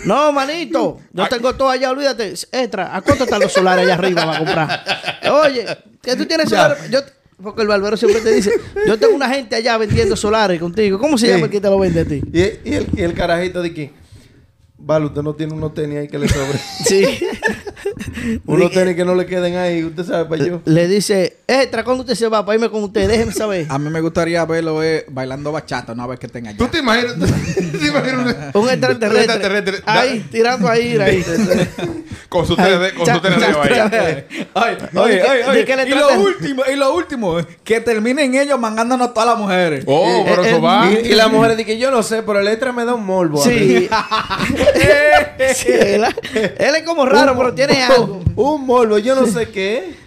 [SPEAKER 3] No, manito, yo tengo todo allá, olvídate. Extra, ¿a cuánto están los solares allá arriba para comprar? Oye, que tú tienes solares. Yo, porque el barbero siempre te dice, yo tengo una gente allá vendiendo solares contigo. ¿Cómo se llama el que te lo vende a ti?
[SPEAKER 4] Y, y el, y el carajito de aquí. Vale, usted no tiene unos tenis ahí que le
[SPEAKER 5] <laughs>
[SPEAKER 4] sobre.
[SPEAKER 3] <laughs> Sí.
[SPEAKER 4] unos tenis que no le queden ahí. Usted sabe para yo.
[SPEAKER 3] Le dice, extra, ¿cuándo usted se va para irme con usted? Déjeme saber.
[SPEAKER 1] Ah.
[SPEAKER 2] A mí me gustaría verlo eh, bailando bachata, no a ver qué tenga
[SPEAKER 1] ¿Tú
[SPEAKER 2] allá.
[SPEAKER 1] te imaginas? <laughs> ¿Tú te imaginas?
[SPEAKER 3] Un
[SPEAKER 1] Un
[SPEAKER 3] extraterrestre.
[SPEAKER 1] extraterrestre.
[SPEAKER 3] Ahí, tirando ahí, ahí.
[SPEAKER 1] <laughs> Con su tele con su
[SPEAKER 3] Cha-
[SPEAKER 1] tele de
[SPEAKER 3] cha-
[SPEAKER 1] baile.
[SPEAKER 3] cha-
[SPEAKER 2] <laughs> Ay,
[SPEAKER 3] No,
[SPEAKER 2] oye,
[SPEAKER 3] di que-
[SPEAKER 2] oye,
[SPEAKER 3] di
[SPEAKER 2] oye.
[SPEAKER 3] que le
[SPEAKER 2] y lo
[SPEAKER 3] traten-
[SPEAKER 2] último, y lo último, que terminen ellos mandándonos todas las mujeres.
[SPEAKER 1] Oh, pero
[SPEAKER 3] Eh,
[SPEAKER 1] eso
[SPEAKER 3] eh,
[SPEAKER 1] va.
[SPEAKER 4] Y, y la mujer dice que yo no sé, pero el extra me da un morbo. a mí.
[SPEAKER 5] <laughs>
[SPEAKER 4] <laughs> Eh,
[SPEAKER 3] Sí. Sí, él, él es como raro, pero tiene
[SPEAKER 4] Uh,
[SPEAKER 3] algo.
[SPEAKER 4] Un morbo, yo no sé qué. uh.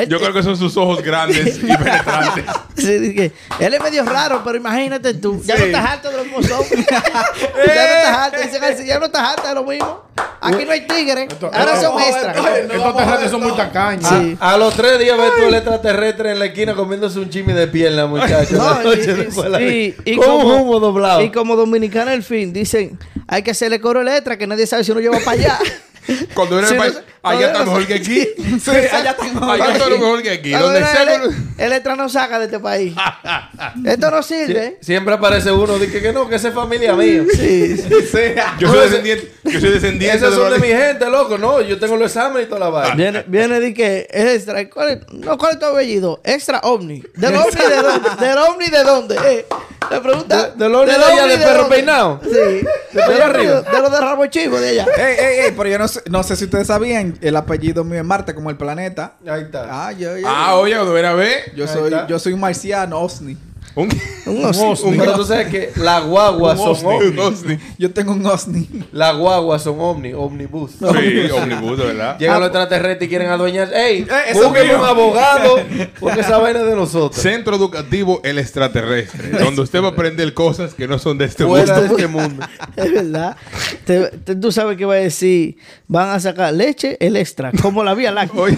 [SPEAKER 3] Él,
[SPEAKER 1] Yo creo que son sus ojos grandes
[SPEAKER 3] eh,
[SPEAKER 1] y penetrantes.
[SPEAKER 3] <laughs> sí, dije, él es medio raro, pero imagínate tú. Ya no estás harto de los
[SPEAKER 1] <laughs>
[SPEAKER 3] mozos. ya no estás harto. Dicen así, ya no estás harto de lo mismo. Aquí no hay tigre. Ahora son extras.
[SPEAKER 5] Estos terrestres son muy tacaños.
[SPEAKER 3] Sí.
[SPEAKER 4] A los tres días ves tú el extraterrestre en la esquina comiéndose un chimi de pierna, muchachos.
[SPEAKER 3] No, y- y- y- y
[SPEAKER 4] con un humo doblado.
[SPEAKER 3] Y como dominicana, el fin, dicen, hay que hacerle coro letra, que nadie sabe si uno lleva para
[SPEAKER 4] <laughs>
[SPEAKER 3] allá.
[SPEAKER 1] Cuando viene
[SPEAKER 3] Sí,
[SPEAKER 1] el
[SPEAKER 3] no
[SPEAKER 1] país,
[SPEAKER 3] sé.
[SPEAKER 1] allá está
[SPEAKER 3] Cuando
[SPEAKER 1] mejor que aquí.
[SPEAKER 3] <laughs>
[SPEAKER 2] Sí, allá están-
[SPEAKER 1] Allá está lo mejor que aquí.
[SPEAKER 3] Cuando
[SPEAKER 1] Donde
[SPEAKER 3] viene
[SPEAKER 1] sea.
[SPEAKER 3] el, el letra no saca de
[SPEAKER 1] <laughs>
[SPEAKER 3] este país. Esto no sirve. ¿eh?
[SPEAKER 4] Siempre aparece uno, dice que no, que esa es familia mía.
[SPEAKER 3] Sí, sí.
[SPEAKER 1] Yo soy descendiente. Yo soy descendiente.
[SPEAKER 4] Esas son de
[SPEAKER 1] los-
[SPEAKER 4] mi gente, loco. No, yo tengo los exámenes y toda la vaina.
[SPEAKER 3] Viene, viene de que extra. ¿Cuál es, no, ¿cuál es tu apellido? Extra ovni. ¿Del ovni de dónde? ¿Del ovni de dónde? Eh, le pregunta.
[SPEAKER 4] De- del ovni de allá, de perro
[SPEAKER 3] dónde?
[SPEAKER 4] peinado.
[SPEAKER 3] Sí. De,
[SPEAKER 4] allá arriba.
[SPEAKER 3] De los de rabo chivo de allá.
[SPEAKER 2] Ey, ey, ey, pero yo no sé, no sé si ustedes sabían, el apellido mío es Marte como el planeta.
[SPEAKER 4] Ahí está.
[SPEAKER 2] Ah, yo, yo,
[SPEAKER 1] Ah, oye, cuando viene a ver.
[SPEAKER 2] yo
[SPEAKER 4] ahí
[SPEAKER 2] soy,
[SPEAKER 4] está.
[SPEAKER 2] yo soy un marciano, Osni.
[SPEAKER 3] <laughs>
[SPEAKER 1] Un,
[SPEAKER 3] Un oso.
[SPEAKER 4] Pero tú sabes que las guaguas
[SPEAKER 1] un
[SPEAKER 4] son
[SPEAKER 1] Austin, un
[SPEAKER 4] ovnis.
[SPEAKER 3] <laughs>
[SPEAKER 1] Austin.
[SPEAKER 2] Yo tengo un Osni.
[SPEAKER 4] Las guaguas son ovnis, omnibus.
[SPEAKER 1] Sí, omnibus, de
[SPEAKER 3] <laughs>
[SPEAKER 1] ¿verdad?
[SPEAKER 4] Llegan los extraterrestres y quieren adueñarse. ¡Ey!
[SPEAKER 2] Ah, pues. Eh, eso
[SPEAKER 4] Busquen
[SPEAKER 2] mío.
[SPEAKER 4] un
[SPEAKER 2] <laughs>
[SPEAKER 4] abogado porque esa vaina es de nosotros.
[SPEAKER 1] Centro Educativo El Extraterrestre, donde usted va a aprender cosas que no son de este
[SPEAKER 4] Fuera de
[SPEAKER 1] mundo.
[SPEAKER 4] este
[SPEAKER 2] <laughs>
[SPEAKER 4] mundo.
[SPEAKER 3] Es verdad. Te- te- tú sabes que va a decir. Van a sacar leche, el extra. Como la vía láctea.
[SPEAKER 1] Oye.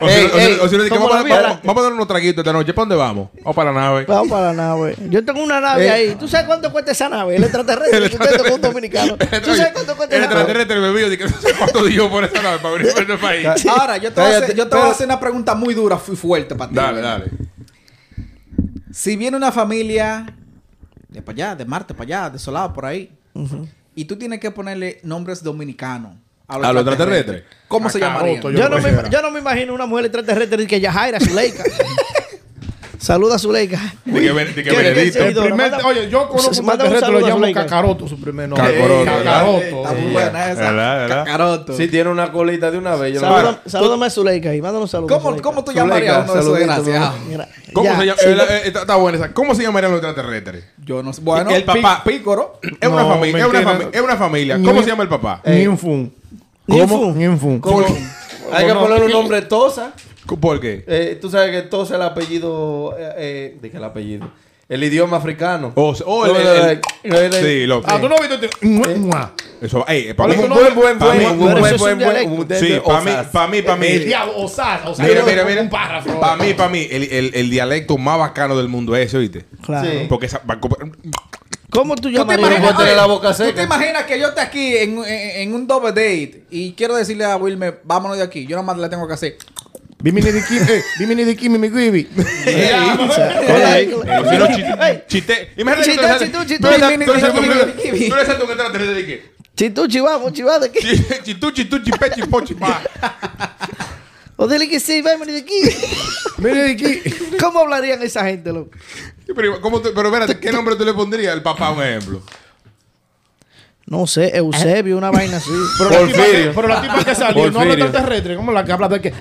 [SPEAKER 1] O si-
[SPEAKER 4] Ey,
[SPEAKER 1] o si-
[SPEAKER 4] ey,
[SPEAKER 1] o si le dice,
[SPEAKER 3] ¿cómo
[SPEAKER 1] vamos a
[SPEAKER 3] la vida?
[SPEAKER 1] vamos- vamos a dar unos traguitos esta noche. ¿Para dónde vamos? ¿O para nada? nave.
[SPEAKER 3] Vamos para la nave. Yo tengo una nave
[SPEAKER 1] Eh.
[SPEAKER 3] ahí. ¿Tú sabes cuánto cuesta esa nave? El extraterrestre.
[SPEAKER 1] El
[SPEAKER 3] que usted tocó
[SPEAKER 1] <laughs>
[SPEAKER 3] un dominicano. ¿Tú sabes cuánto cuesta
[SPEAKER 1] El
[SPEAKER 3] esa nave?
[SPEAKER 1] extraterrestre me vio, dije, no sé cuánto dio por esa nave para abrir el país.
[SPEAKER 2] Ahora, yo te, voy a hacer,
[SPEAKER 4] Cállate,
[SPEAKER 2] yo te voy a
[SPEAKER 4] pero-
[SPEAKER 2] hacer una pregunta muy dura y fuerte para ti.
[SPEAKER 1] Dale,
[SPEAKER 2] güey.
[SPEAKER 1] dale.
[SPEAKER 2] Si viene una familia de para allá, de Marte para allá, desolado por ahí, y tú tienes que ponerle nombres dominicanos
[SPEAKER 1] A los extraterrestres.
[SPEAKER 2] ¿Cómo se
[SPEAKER 5] Acaboto, yo-
[SPEAKER 2] llamaría?
[SPEAKER 3] Yo no, me,
[SPEAKER 5] Fuera.
[SPEAKER 3] yo no me imagino una mujer extraterrestre que Yajaira
[SPEAKER 4] <laughs>
[SPEAKER 3] Zuleika. Saluda a Zuleika.
[SPEAKER 1] De que Ben- de que
[SPEAKER 3] Qué
[SPEAKER 1] Benedicto.
[SPEAKER 3] bien,
[SPEAKER 5] El
[SPEAKER 3] seguidora.
[SPEAKER 5] primer-
[SPEAKER 3] Manda-
[SPEAKER 5] oye, yo conozco
[SPEAKER 3] se-
[SPEAKER 5] un
[SPEAKER 3] manda un
[SPEAKER 5] extraterrestre,
[SPEAKER 3] saludo
[SPEAKER 5] lo
[SPEAKER 3] a
[SPEAKER 5] llamo
[SPEAKER 3] Zuleika.
[SPEAKER 5] Cacaroto, su primer nombre.
[SPEAKER 1] Cacaroto,
[SPEAKER 5] Eh,
[SPEAKER 1] ¿verdad?
[SPEAKER 5] Cacaroto.
[SPEAKER 2] Está muy
[SPEAKER 1] Sí.
[SPEAKER 2] buena esa.
[SPEAKER 1] ¿Verdad, verdad?
[SPEAKER 2] Cacaroto.
[SPEAKER 4] Si tiene una colita de una vez. Yo
[SPEAKER 3] Saluda-
[SPEAKER 4] no-
[SPEAKER 3] salúdame a Zuleika ahí. Mándame un saludo. a
[SPEAKER 2] ¿Cómo,
[SPEAKER 3] Zuleika.
[SPEAKER 2] ¿Cómo tú llamarías a uno de esos
[SPEAKER 4] Saludito,
[SPEAKER 2] desgraciados?
[SPEAKER 3] Mira,
[SPEAKER 1] ¿Cómo
[SPEAKER 3] ya,
[SPEAKER 1] se llama?
[SPEAKER 3] sí,
[SPEAKER 1] Eh, eh, está, está buena esa. ¿Cómo se llamarían los extraterrestres?
[SPEAKER 2] Yo no sé. Bueno,
[SPEAKER 1] El papá.
[SPEAKER 2] Pi- Pícoro.
[SPEAKER 1] Es una
[SPEAKER 5] No,
[SPEAKER 1] familia, es una fami-
[SPEAKER 5] mentira.
[SPEAKER 1] es una familia. ¿Cómo se llama el papá?
[SPEAKER 5] Ni un fun.
[SPEAKER 3] ¿Cómo?
[SPEAKER 5] Ni un fun.
[SPEAKER 4] Como- Hay que
[SPEAKER 5] no?
[SPEAKER 4] ponerle un nombre Tosa.
[SPEAKER 1] ¿Por qué?
[SPEAKER 4] Eh, tú sabes que Tosa es el apellido. eh, eh, ¿De qué el apellido? El idioma africano.
[SPEAKER 1] O, o el,
[SPEAKER 4] No,
[SPEAKER 1] el-
[SPEAKER 4] no, no, no, no,
[SPEAKER 1] el- sí, lo-
[SPEAKER 5] Ah, tú no viste. este- Mua.
[SPEAKER 1] Eso, ey, eh,
[SPEAKER 4] Un
[SPEAKER 1] para mí,
[SPEAKER 4] buen, buen, buen,
[SPEAKER 1] para mí-
[SPEAKER 4] buen,
[SPEAKER 3] pero
[SPEAKER 4] buen,
[SPEAKER 3] eso es
[SPEAKER 4] buen,
[SPEAKER 3] un
[SPEAKER 4] buen,
[SPEAKER 3] dialecto.
[SPEAKER 4] un
[SPEAKER 1] Sí,
[SPEAKER 4] diente,
[SPEAKER 1] para mí,
[SPEAKER 4] osas.
[SPEAKER 1] para mí, para mí.
[SPEAKER 5] El diablo, osar, osar.
[SPEAKER 1] Mira, mira, mira.
[SPEAKER 5] Un párrafo.
[SPEAKER 1] Para mí, para mí, el, el, el dialecto más bacano del mundo es ese, ¿oíste?
[SPEAKER 3] Claro.
[SPEAKER 4] Sí.
[SPEAKER 1] Porque esa, va-
[SPEAKER 3] ¿Cómo tú
[SPEAKER 2] ¿Tú te,
[SPEAKER 3] llamarías?
[SPEAKER 2] imaginas,
[SPEAKER 4] Yo tengo
[SPEAKER 2] oye,
[SPEAKER 4] la boca
[SPEAKER 2] tú te
[SPEAKER 4] seca.
[SPEAKER 2] imaginas que yo esté aquí en, en- en un doble date y quiero decirle a Wilmer, vámonos de aquí? Yo nada más le tengo que hacer.
[SPEAKER 5] Bimini de Kim, eh, Bimini de Kim, mi guibi.
[SPEAKER 1] Ey, eh, si no, chi- chiste. Imagínate que tú eres-
[SPEAKER 2] Chiste, chiste,
[SPEAKER 1] tú eres-
[SPEAKER 2] chiste,
[SPEAKER 1] tú eres-
[SPEAKER 2] chiste,
[SPEAKER 1] tú eres-
[SPEAKER 2] chiste, chiste.
[SPEAKER 1] tú eres santo que extraterrestre de que
[SPEAKER 3] Chituchi, vamos, chiva de aquí.
[SPEAKER 1] chi- chitú, chitú, chipé, chipó, chipá.
[SPEAKER 3] O dile que sí, ven, ven de aquí. <laughs>
[SPEAKER 5] Bimini de Kim.
[SPEAKER 3] ¿Cómo hablarían esa gente, loco?
[SPEAKER 1] Pero, ¿cómo tú- pero espérate, ¿qué nombre tú le pondrías al papá, un ejemplo?
[SPEAKER 3] No sé, Eusebio, una vaina así.
[SPEAKER 5] Pero la tipa que-
[SPEAKER 4] Porfirio.
[SPEAKER 5] Pero la tipa que salió no habla
[SPEAKER 4] Porfirio.
[SPEAKER 5] extraterrestre. Como la que habla de que.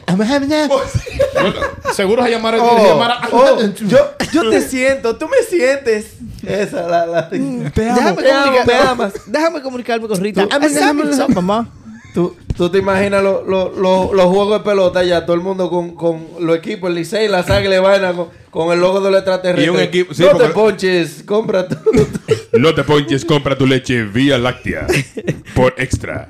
[SPEAKER 5] Seguro se llamará. se
[SPEAKER 4] Oh,
[SPEAKER 5] llamará-
[SPEAKER 4] oh,
[SPEAKER 3] <laughs>
[SPEAKER 4] yo, yo te siento, tú me sientes. Esa
[SPEAKER 3] <laughs>
[SPEAKER 4] la, la. <laughs>
[SPEAKER 3] Mm.
[SPEAKER 4] Te
[SPEAKER 3] Déjame,
[SPEAKER 4] te amo,
[SPEAKER 3] comunicar-
[SPEAKER 4] te amas.
[SPEAKER 3] <laughs> Déjame comunicarme con Rita.
[SPEAKER 4] Tú-
[SPEAKER 3] Exacto, mamá.
[SPEAKER 4] Tú, tú te imaginas lo- lo- lo- los juegos de pelota ya, todo el mundo con, con los equipos, el Licey, la sangre vaina con, con el logo del extraterrestre.
[SPEAKER 1] Y un equipo- sí,
[SPEAKER 4] no
[SPEAKER 1] porque-
[SPEAKER 4] te ponches, compra tú.
[SPEAKER 1] No te ponches, compra tu leche vía láctea. Por extra.